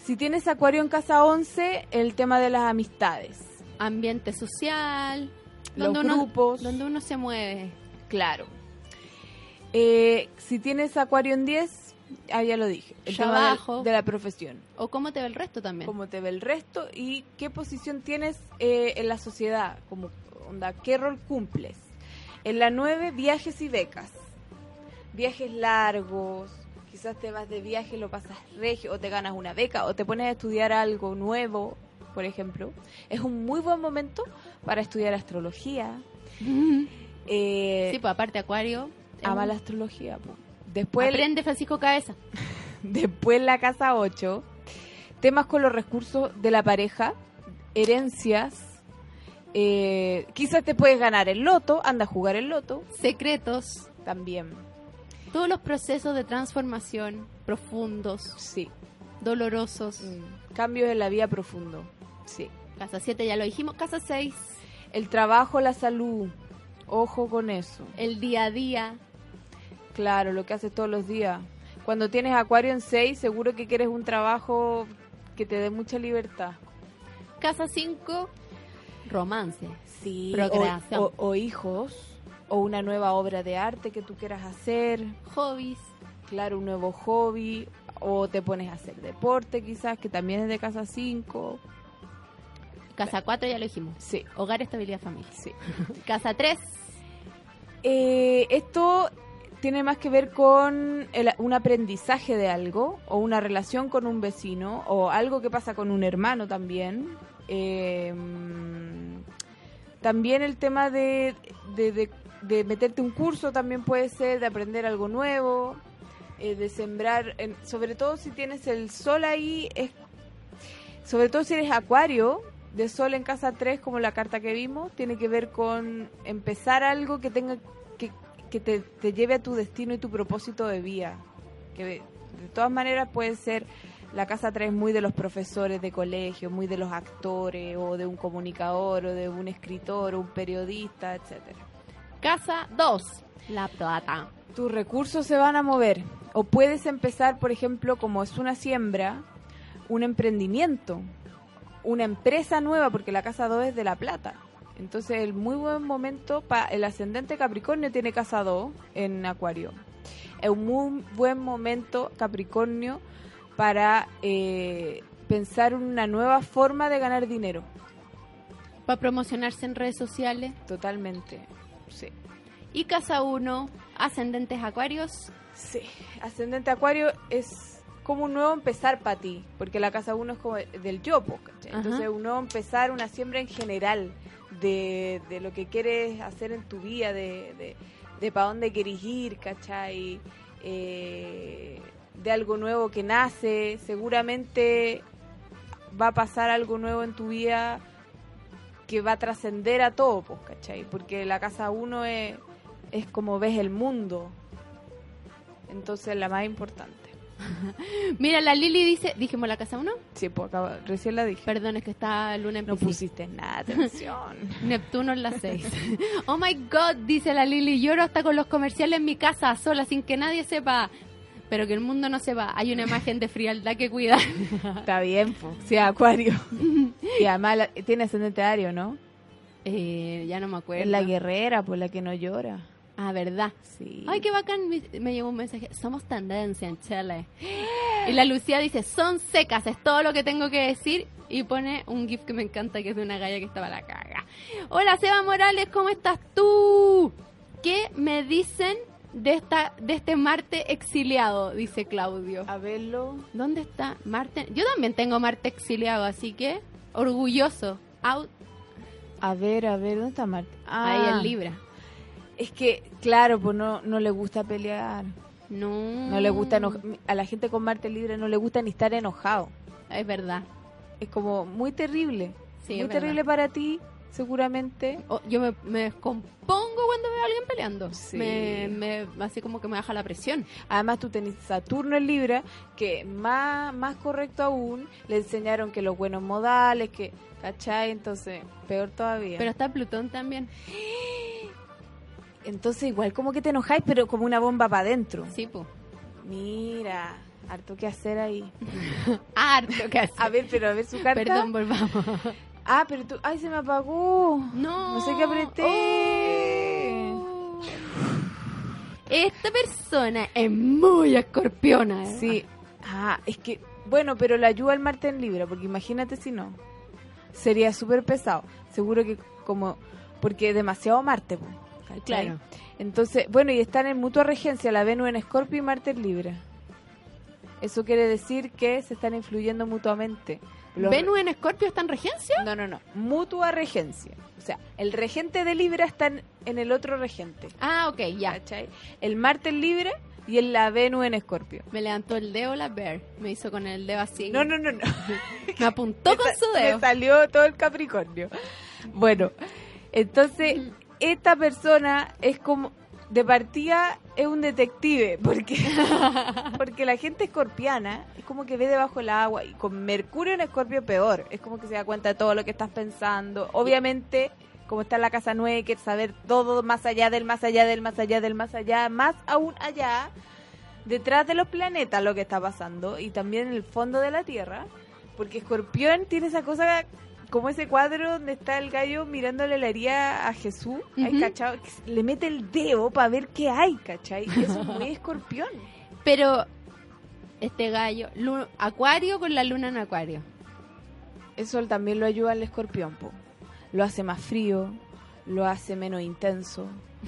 S4: Si tienes Acuario en casa 11, el tema de las amistades.
S2: Ambiente social.
S4: Los
S2: Donde uno,
S4: grupos.
S2: Donde uno se mueve.
S4: Claro. Eh, si tienes Acuario en 10, ah, ya lo dije. El tema del-
S2: Trabajo.
S4: de la profesión.
S2: O cómo te ve el resto también.
S4: cómo te ve el resto y qué posición tienes eh, en la sociedad, como onda, qué rol cumples. En la 9, viajes y becas. Viajes largos, quizás te vas de viaje, lo pasas regio, o te ganas una beca, o te pones a estudiar algo nuevo, por ejemplo. Es un muy buen momento para estudiar astrología. Eh,
S2: Sí, pues aparte Acuario. es
S4: ama
S2: un-
S4: la astrología. po. Después,
S2: Aprende Francisco Cabeza.
S4: Después la casa 8. Temas con los recursos de la pareja, herencias. eh, quizás te puedes ganar el loto, anda a jugar el loto
S2: Secretos.
S4: también.
S2: Todos los procesos de transformación profundos,
S4: Sí.
S2: dolorosos.
S4: Mm, Cambios en la vida profundo. Sí.
S2: Casa 7 ya lo dijimos. Casa 6.
S4: El trabajo, la salud. Ojo con eso.
S2: El día a día.
S4: Claro, lo que haces todos los días. Cuando tienes Acuario en 6, seguro que quieres un trabajo que te dé mucha libertad.
S2: Casa 5, romance.
S4: Sí,
S2: Procreación.
S4: o, o hijos, o una nueva obra de arte que tú quieras hacer,
S2: Hobbies.
S4: claro, un nuevo hobby, o te pones a hacer deporte quizás, que también es de casa 5.
S2: Casa 4 ya lo dijimos.
S4: Sí,
S2: Hogar, estabilidad, familia.
S4: sí.
S2: [LAUGHS] Casa 3,
S4: Eh, esto tiene más que ver con el- un aprendizaje de algo o una relación con un vecino o algo que pasa con un hermano también. Eh, también el tema de, de- de- de meterte un curso también puede ser, de aprender algo nuevo, eh, de sembrar, en- sobre todo si tienes el sol ahí, es- sobre todo si eres acuario, de sol en casa 3 como la carta que vimos, tiene que ver con empezar algo que tenga que, que te, te lleve a tu destino y tu propósito de vida. Que de, de todas maneras puede ser la casa 3 muy de los profesores de colegio, muy de los actores o de un comunicador o de un escritor o un periodista, etcétera.
S2: casa 2, la plata.
S4: Tus recursos se van a mover o puedes empezar, por ejemplo, como es una siembra, un emprendimiento, una empresa nueva porque la casa 2 es de la plata. Entonces, el muy buen momento para el ascendente Capricornio tiene casa 2 en Acuario. Es un muy buen momento Capricornio para eh, pensar una nueva forma de ganar dinero.
S2: Para promocionarse en redes sociales.
S4: Totalmente. Sí.
S2: Y casa 1, ascendentes acuarios.
S4: Sí, ascendente acuario es como un nuevo empezar para ti, porque la casa 1 es como del yo, po, ¿cachai?
S2: Ajá.
S4: entonces un nuevo empezar, una siembra en general de, de lo que quieres hacer en tu vida, de, de, para dónde querés ir, ¿cachai? Eh, de algo nuevo que nace, seguramente va a pasar algo nuevo en tu vida que va a trascender a todo, po, ¿cachai? Porque la casa 1 es, es como ves el mundo, entonces la más importante.
S2: Mira, la Lili dice, dijimos la casa 1,
S4: Sí, pues acabo- recién la dije.
S2: perdón, es que está Luna en
S4: No
S2: Piscis.
S4: pusiste nada de atención. [LAUGHS]
S2: Neptuno en las 6. [LAUGHS] oh my god, dice la Lili, lloro hasta con los comerciales en mi casa, sola, sin que nadie sepa. Pero que el mundo no sepa, hay una imagen de frialdad que cuidar. [LAUGHS]
S4: Está bien, pues. Sí, [LAUGHS] Acuario. Y además la- tiene ascendente Ario, ¿no?
S2: Eh, ya no me acuerdo.
S4: Es la guerrera, por la que no llora.
S2: Ah, verdad.
S4: Sí.
S2: Ay, qué bacán, me, me llegó un mensaje. Somos tendencia en Chile. Y la Lucía dice, son secas, es todo lo que tengo que decir. Y pone un gif que me encanta, que es de una galla que estaba a la caga. Hola, Seba Morales, ¿cómo estás tú? ¿Qué me dicen de, esta, de este Marte exiliado? Dice Claudio.
S4: A verlo.
S2: ¿Dónde está Marte? Yo también tengo Marte exiliado, así que orgulloso. Out,
S4: A ver, a ver, ¿dónde está Marte? Ah.
S2: ahí en Libra.
S4: Es que, claro, pues no, no le gusta pelear.
S2: No.
S4: No le gusta enoja- A la gente con Marte libre no le gusta ni estar enojado.
S2: Es verdad.
S4: Es como muy terrible.
S2: Sí,
S4: muy
S2: es verdad.
S4: terrible para ti, seguramente.
S2: Oh, yo me, me descompongo cuando veo a alguien peleando.
S4: Sí.
S2: Me, me- así como que me baja la presión.
S4: Además, tú tenés Saturno en Libra, que más, más correcto aún, le enseñaron que los buenos modales, que, ¿cachai? Entonces, peor todavía.
S2: Pero está Plutón también.
S4: entonces, igual como que te enojáis, pero como una bomba para adentro.
S2: Sí, po.
S4: Mira, harto que hacer [LAUGHS] ahí.
S2: Harto que hacer.
S4: [LAUGHS] A ver, pero a ver su carta.
S2: Perdón, volvamos.
S4: Ah, pero tú, ay, se me apagó.
S2: No.
S4: No sé qué apreté.
S2: Oh. Esta persona es muy escorpiona. ¿eh?
S4: Sí. Ah, es que, bueno, pero la ayuda al Marte en Libra, porque imagínate si no. Sería súper pesado. Seguro que como, porque es demasiado Marte, po, ¿cachai?
S2: Claro.
S4: Entonces, bueno, y están en mutua regencia la Venus en Escorpio y Marte en Libra. Eso quiere decir que se están influyendo mutuamente. Los-
S2: ¿Venus en Escorpio está en regencia?
S4: No, no, no. Mutua regencia. O sea, el regente de Libra está en, en el otro regente.
S2: Ah, ok, ya.
S4: ¿Cachai? El Marte en Libra y el la Venus en Escorpio.
S2: Me levantó el dedo la Bear. Me hizo con el dedo así.
S4: No, no, no, no.
S2: Me apuntó con
S4: Me
S2: su
S4: sa-
S2: dedo.
S4: Me salió todo el Capricornio. Bueno, entonces esta persona es como de partida es un detective porque porque la gente escorpiana es como que ve debajo del agua y con Mercurio en Escorpio peor, es como que se da cuenta de todo lo que estás pensando. Obviamente, como está la casa nueva, que saber todo más allá del más allá del más allá del más allá, más aún allá, detrás de los planetas lo que está pasando y también en el fondo de la Tierra, porque Escorpión tiene esa cosa como ese cuadro donde está el gallo mirándole la herida a Jesús, ¿hay
S2: Ujú.
S4: cachado? Que le mete el dedo para ver qué hay, ¿cachai? Y eso es muy escorpión.
S2: Pero este gallo, lu- Acuario con la luna en Acuario.
S4: [LAUGHS] Eso también lo ayuda al escorpión, po. Lo hace más frío, lo hace menos intenso,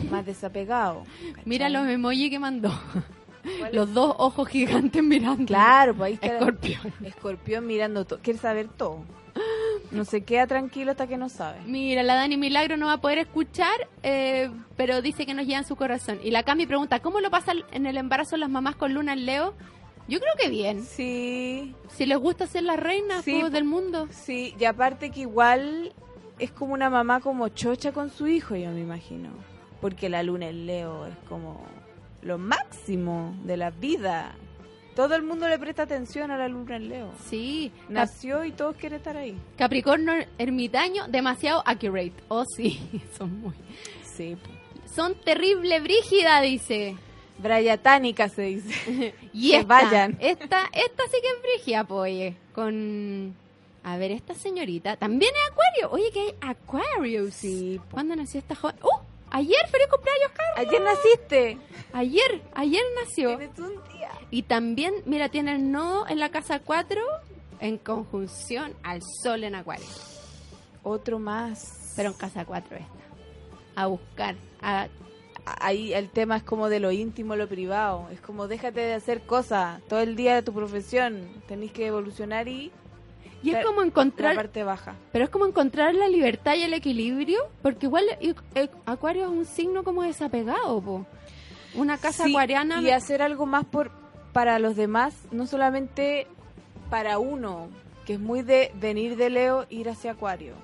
S4: más desapegado. ¿cachai?
S2: Mira los emojis que mandó.
S4: ¿Cuál es?
S2: Los dos ojos gigantes mirando.
S4: Claro, pues ahí está.
S2: Escorpión.
S4: Escorpión mirando todo, quiere saber todo. No se queda tranquilo hasta que no sabe.
S2: Mira, la Dani Milagro no va a poder escuchar, eh, pero dice que nos lleva en su corazón. Y la Cami pregunta, ¿cómo lo pasan en el embarazo las mamás con luna en Leo? Yo creo que bien.
S4: Sí,
S2: Si les gusta ser las reinas
S4: Sí.
S2: po, del mundo.
S4: sí, y aparte que igual es como una mamá como chocha con su hijo, yo me imagino. Porque la luna en Leo es como lo máximo de la vida. Todo el mundo le presta atención a la luna en Leo.
S2: Sí. Cap-
S4: Nació y todos quieren estar ahí.
S2: Capricornio ermitaño, demasiado accurate. Oh, sí, [LAUGHS] son muy...
S4: Sí.
S2: Son terrible brígida, dice.
S4: Brayatánica se dice.
S2: Y
S4: Que
S2: esta,
S4: vayan.
S2: Esta, esta sí que es brígida, po, oye. Con... A ver, esta señorita también es acuario. Oye, que hay acuarios.
S4: Sí, po.
S2: ¿Cuándo nació esta joven? ¡Uh! Ayer, feliz cumpleaños, Carlos.
S4: Ayer naciste.
S2: Ayer, ayer nació.
S4: Tienes un día.
S2: Y también, mira, tiene el nodo en la casa 4 en conjunción al sol en acuario.
S4: Otro más.
S2: Pero en casa 4 esta. A buscar. A...
S4: ahí el tema es como de lo íntimo, lo privado. Es como déjate de hacer cosas todo el día de tu profesión. Tenés que evolucionar y
S2: Y es
S4: Pero-
S2: como
S4: la
S2: encontrar
S4: parte baja.
S2: Pero es como encontrar la libertad y el equilibrio, porque igual i- eh, Acuario es un signo como desapegado, po. Una casa
S4: Sí,
S2: acuariana
S4: y hacer algo más por para los demás, no solamente para uno, que es muy de venir de Leo ir hacia Acuario.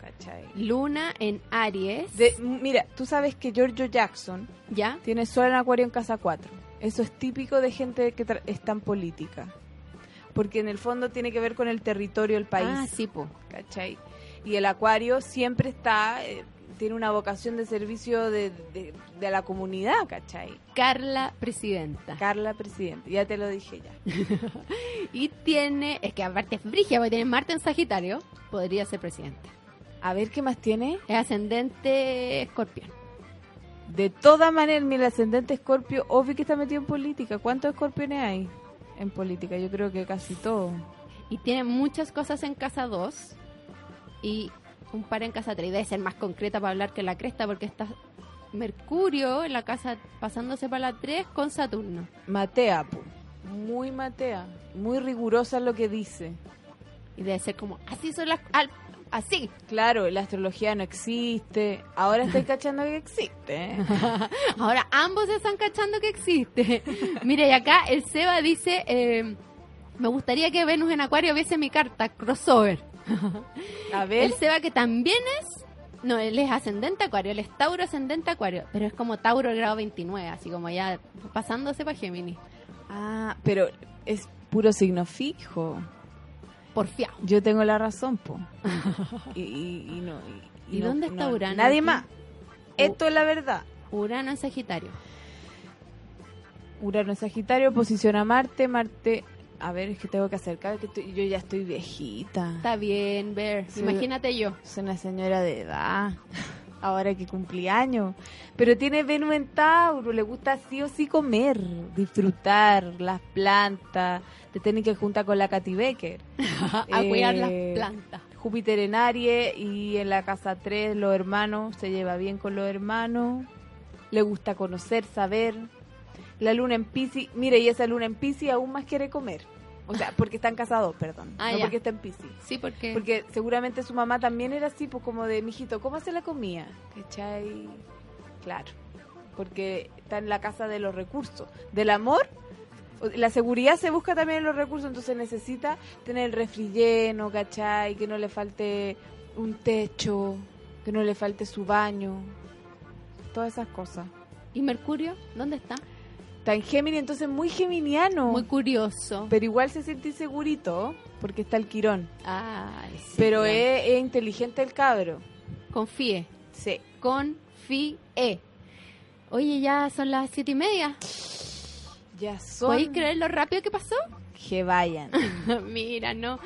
S4: ¿Cachai?
S2: Luna en Aries,
S4: De- mira, tú sabes que Giorgio Jackson
S2: ¿ya?
S4: Tiene sol en acuario en casa 4. Eso es típico de gente que tra- es tan política. Porque en el fondo tiene que ver con el territorio del país.
S2: Ah, sí, po.
S4: ¿cachai? Y el acuario siempre está, eh, tiene una vocación de servicio de, de- de la comunidad, ¿cachai?
S2: Carla presidenta.
S4: Carla, presidente, ya te lo dije ya.
S2: y tiene, es que aparte es brigia, porque tiene Marte en Sagitario, podría ser presidente.
S4: A ver, ¿qué más tiene?
S2: Es ascendente escorpión.
S4: De todas maneras, mira, el ascendente escorpio, obvio que está metido en política. ¿Cuántos escorpiones hay en política? Yo creo que casi todos.
S2: Y tiene muchas cosas en casa 2 y un par en casa 3. Debe ser más concreta para hablar que la cresta porque está Mercurio en la casa pasándose para la 3 con Saturno.
S4: Matea, pu. Muy matea. Muy rigurosa en lo que dice.
S2: Y debe ser como, así son las... al- así.
S4: Claro, la astrología no existe.
S2: [LAUGHS]
S4: Ahora estoy cachando que existe. ¿eh?
S2: Ahora ambos se están cachando que existe. [LAUGHS] Mire, y acá el Seba dice, eh, me gustaría que Venus en Acuario viese mi carta, crossover.
S4: A ver,
S2: El Seba que también es... No, él es ascendente acuario, él es Tauro ascendente acuario, pero es como Tauro grado 29, así como ya pasándose para Géminis.
S4: ah, pero es puro signo fijo.
S2: Porfiado.
S4: Yo tengo la
S2: [LAUGHS]
S4: razón, po. Y, y- y no.
S2: ¿Y
S4: no-
S2: dónde está
S4: no,
S2: Urano
S4: Nadie
S2: aquí?
S4: más. Esto es la verdad.
S2: Urano en Sagitario.
S4: Urano en Sagitario, posición a Marte, Marte. A ver, es que tengo que acercar, que estoy- yo ya estoy viejita.
S2: Está bien, ver.
S4: Sí.
S2: Imagínate yo.
S4: Soy una señora de edad. Ahora que cumplí años. Pero tiene Venus en Tauro. Le gusta sí o sí comer, disfrutar las plantas. Te tienen que juntar con la Katy Becker.
S2: [LAUGHS] A cuidar las
S4: Eh,
S2: plantas.
S4: Júpiter en Aries y en la casa 3 los hermanos. Se lleva bien con los hermanos. Le gusta conocer, saber. La luna en Pisces. Mire, y esa luna en Pisces aún más quiere comer. O sea, porque están casados, perdón.
S2: Ah,
S4: no
S2: ya.
S4: porque está en Pisces.
S2: Sí, porque,
S4: Porque seguramente su mamá también era así, pues como de, mijito, ¿cómo hace la comida? ¿Cachai? Claro. Porque está en la casa de los recursos. Del amor, o- la seguridad se busca también en los recursos, entonces necesita tener el refri lleno, ¿cachai? Que no le falte un techo, que no le falte su baño. Todas esas cosas.
S2: ¿Y Mercurio? ¿Dónde está?
S4: Está en Géminis, entonces muy geminiano.
S2: Muy curioso.
S4: pero igual se siente insegurito, porque está el Quirón.
S2: Ay, sí,
S4: pero
S2: bien.
S4: es, es inteligente el cabro.
S2: Confíe.
S4: Sí.
S2: Confíe. Oye, ya son las siete y media.
S4: Ya son.
S2: ¿Podéis creer lo rápido que pasó?
S4: Que vayan.
S2: [LAUGHS] Mira, no.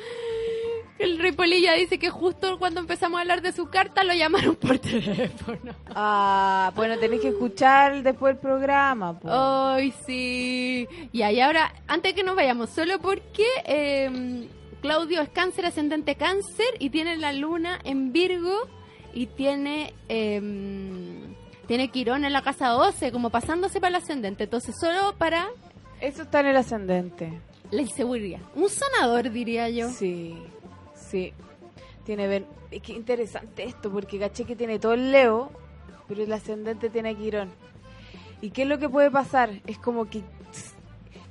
S2: El Ripolilla dice que justo cuando empezamos a hablar de su carta lo llamaron por [LAUGHS] teléfono.
S4: Ah, bueno, tenéis que escuchar después el programa. po.
S2: Ay, sí. Ya, y ahora, antes que nos vayamos, solo porque eh, Claudio es cáncer, ascendente cáncer, y tiene la luna en Virgo, y tiene, eh, tiene Quirón en la casa 12, como pasándose para el ascendente. Entonces, solo para
S4: Eso está en el ascendente.
S2: la inseguridad. Un sanador, diría yo.
S4: Sí, sí. Tiene ver... Es que interesante esto, porque caché que tiene todo el Leo, pero el ascendente tiene a Quirón. ¿Y qué es lo que puede pasar? Es como que... tss,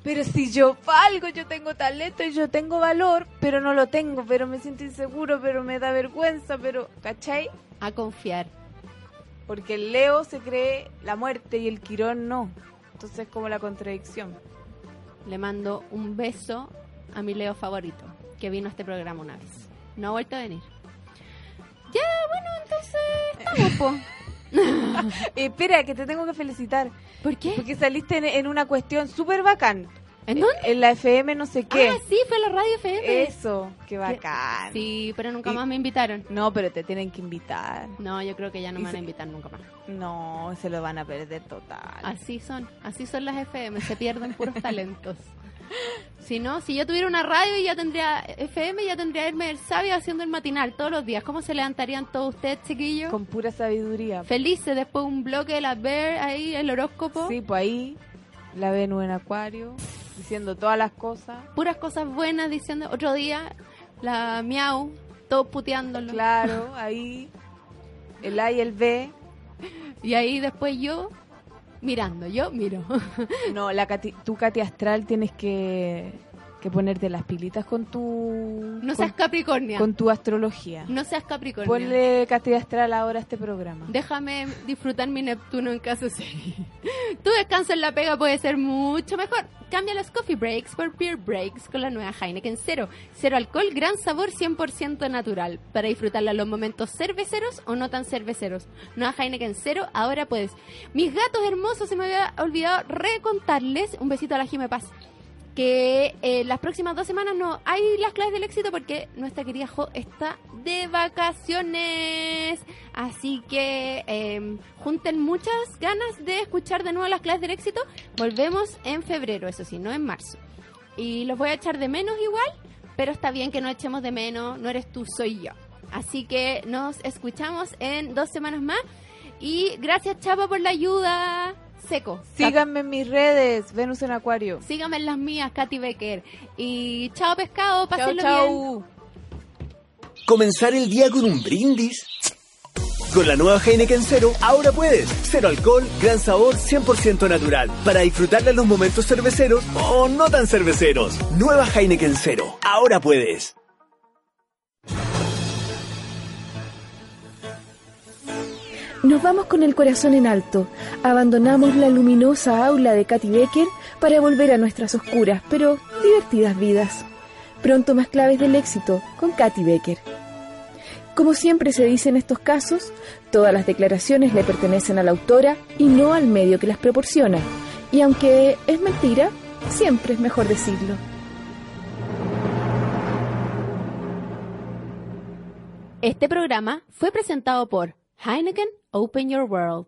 S4: Pero si yo valgo, yo tengo talento y yo tengo valor, pero no lo tengo, pero me siento inseguro, pero me da vergüenza, pero... ¿Cachai?
S2: A confiar.
S4: Porque el Leo se cree la muerte y el Quirón no. Entonces es como la contradicción.
S2: Le mando un beso a mi Leo favorito, que vino a este programa una vez. No ha vuelto a venir. Ya, bueno, entonces estamos, po.
S4: [LAUGHS] Eh, espera, que te tengo que felicitar.
S2: ¿Por qué?
S4: Porque saliste en, en una cuestión súper bacán.
S2: ¿En dónde?
S4: En la FM no sé qué.
S2: Ah, sí, fue a la radio FM.
S4: Eso, qué bacán.
S2: Sí, pero nunca
S4: Y-
S2: más me invitaron.
S4: No, pero te tienen que invitar.
S2: No, yo creo que ya no
S4: Y
S2: me van a
S4: se-
S2: invitar nunca más.
S4: No, se lo van a perder total.
S2: Así son, así son las FM, se pierden puros
S4: [LAUGHS]
S2: talentos. Si no, si yo tuviera una radio y ya tendría FM, ya tendría Irme el Sabio haciendo el matinal todos los días. ¿Cómo se levantarían todos ustedes, chiquillos?
S4: Con pura sabiduría.
S2: Felices, después un bloque de la Bear ahí, el horóscopo.
S4: Sí, pues ahí la Venus en Acuario, diciendo todas las cosas.
S2: Puras cosas buenas diciendo. Otro día, la Miau, todos puteándolo.
S4: Claro, ahí el A y el B.
S2: Y ahí después yo, mirando, yo miro. [LAUGHS]
S4: No, la Cati- tu Cati Astral tienes que, que ponerte las pilitas con tu
S2: No
S4: con,
S2: seas Capricornia.
S4: con tu astrología.
S2: No seas Capricornio.
S4: Ponle Cati Astral ahora a este programa.
S2: Déjame disfrutar mi Neptuno en casa serio. Tu descanso en la pega puede ser mucho mejor. Cambia los coffee breaks por beer breaks con la nueva Heineken Cero. Cero alcohol, gran sabor 100% natural. Para disfrutarla en los momentos cerveceros o no tan cerveceros. Nueva Heineken Cero, ahora puedes. Mis gatos hermosos, se me había olvidado recontarles. Un besito a la Jime Paz. Que eh, las próximas dos semanas no hay las claves del éxito porque nuestra querida Jo está de vacaciones. Así que eh, junten muchas ganas de escuchar de nuevo las clases del éxito. Volvemos en febrero, eso sí, no en marzo. Y los voy a echar de menos igual, pero está bien que no echemos de menos, no eres tú, soy yo. Así que nos escuchamos en dos semanas más. Y gracias Chapa por la ayuda. Seco.
S4: Síganme en mis redes, Venus en Acuario.
S2: Síganme en las mías, Katy Becker. Y chao pescado,
S4: Chau,
S2: pásenlo bien.
S4: chau.
S5: Comenzar el día con un brindis. Con la nueva Heineken Cero, ahora puedes. Cero alcohol, gran sabor, 100% natural. Para disfrutar de los momentos cerveceros o no tan cerveceros. Nueva Heineken Cero, ahora puedes.
S3: Nos vamos con el corazón en alto. Abandonamos la luminosa aula de Katy Becker para volver a nuestras oscuras pero divertidas vidas. Pronto más claves del éxito con Katy Becker. Como siempre se dice en estos casos, todas las declaraciones le pertenecen a la autora y no al medio que las proporciona. Y aunque es mentira, siempre es mejor decirlo.
S2: Este programa fue presentado por Heineken Open Your World.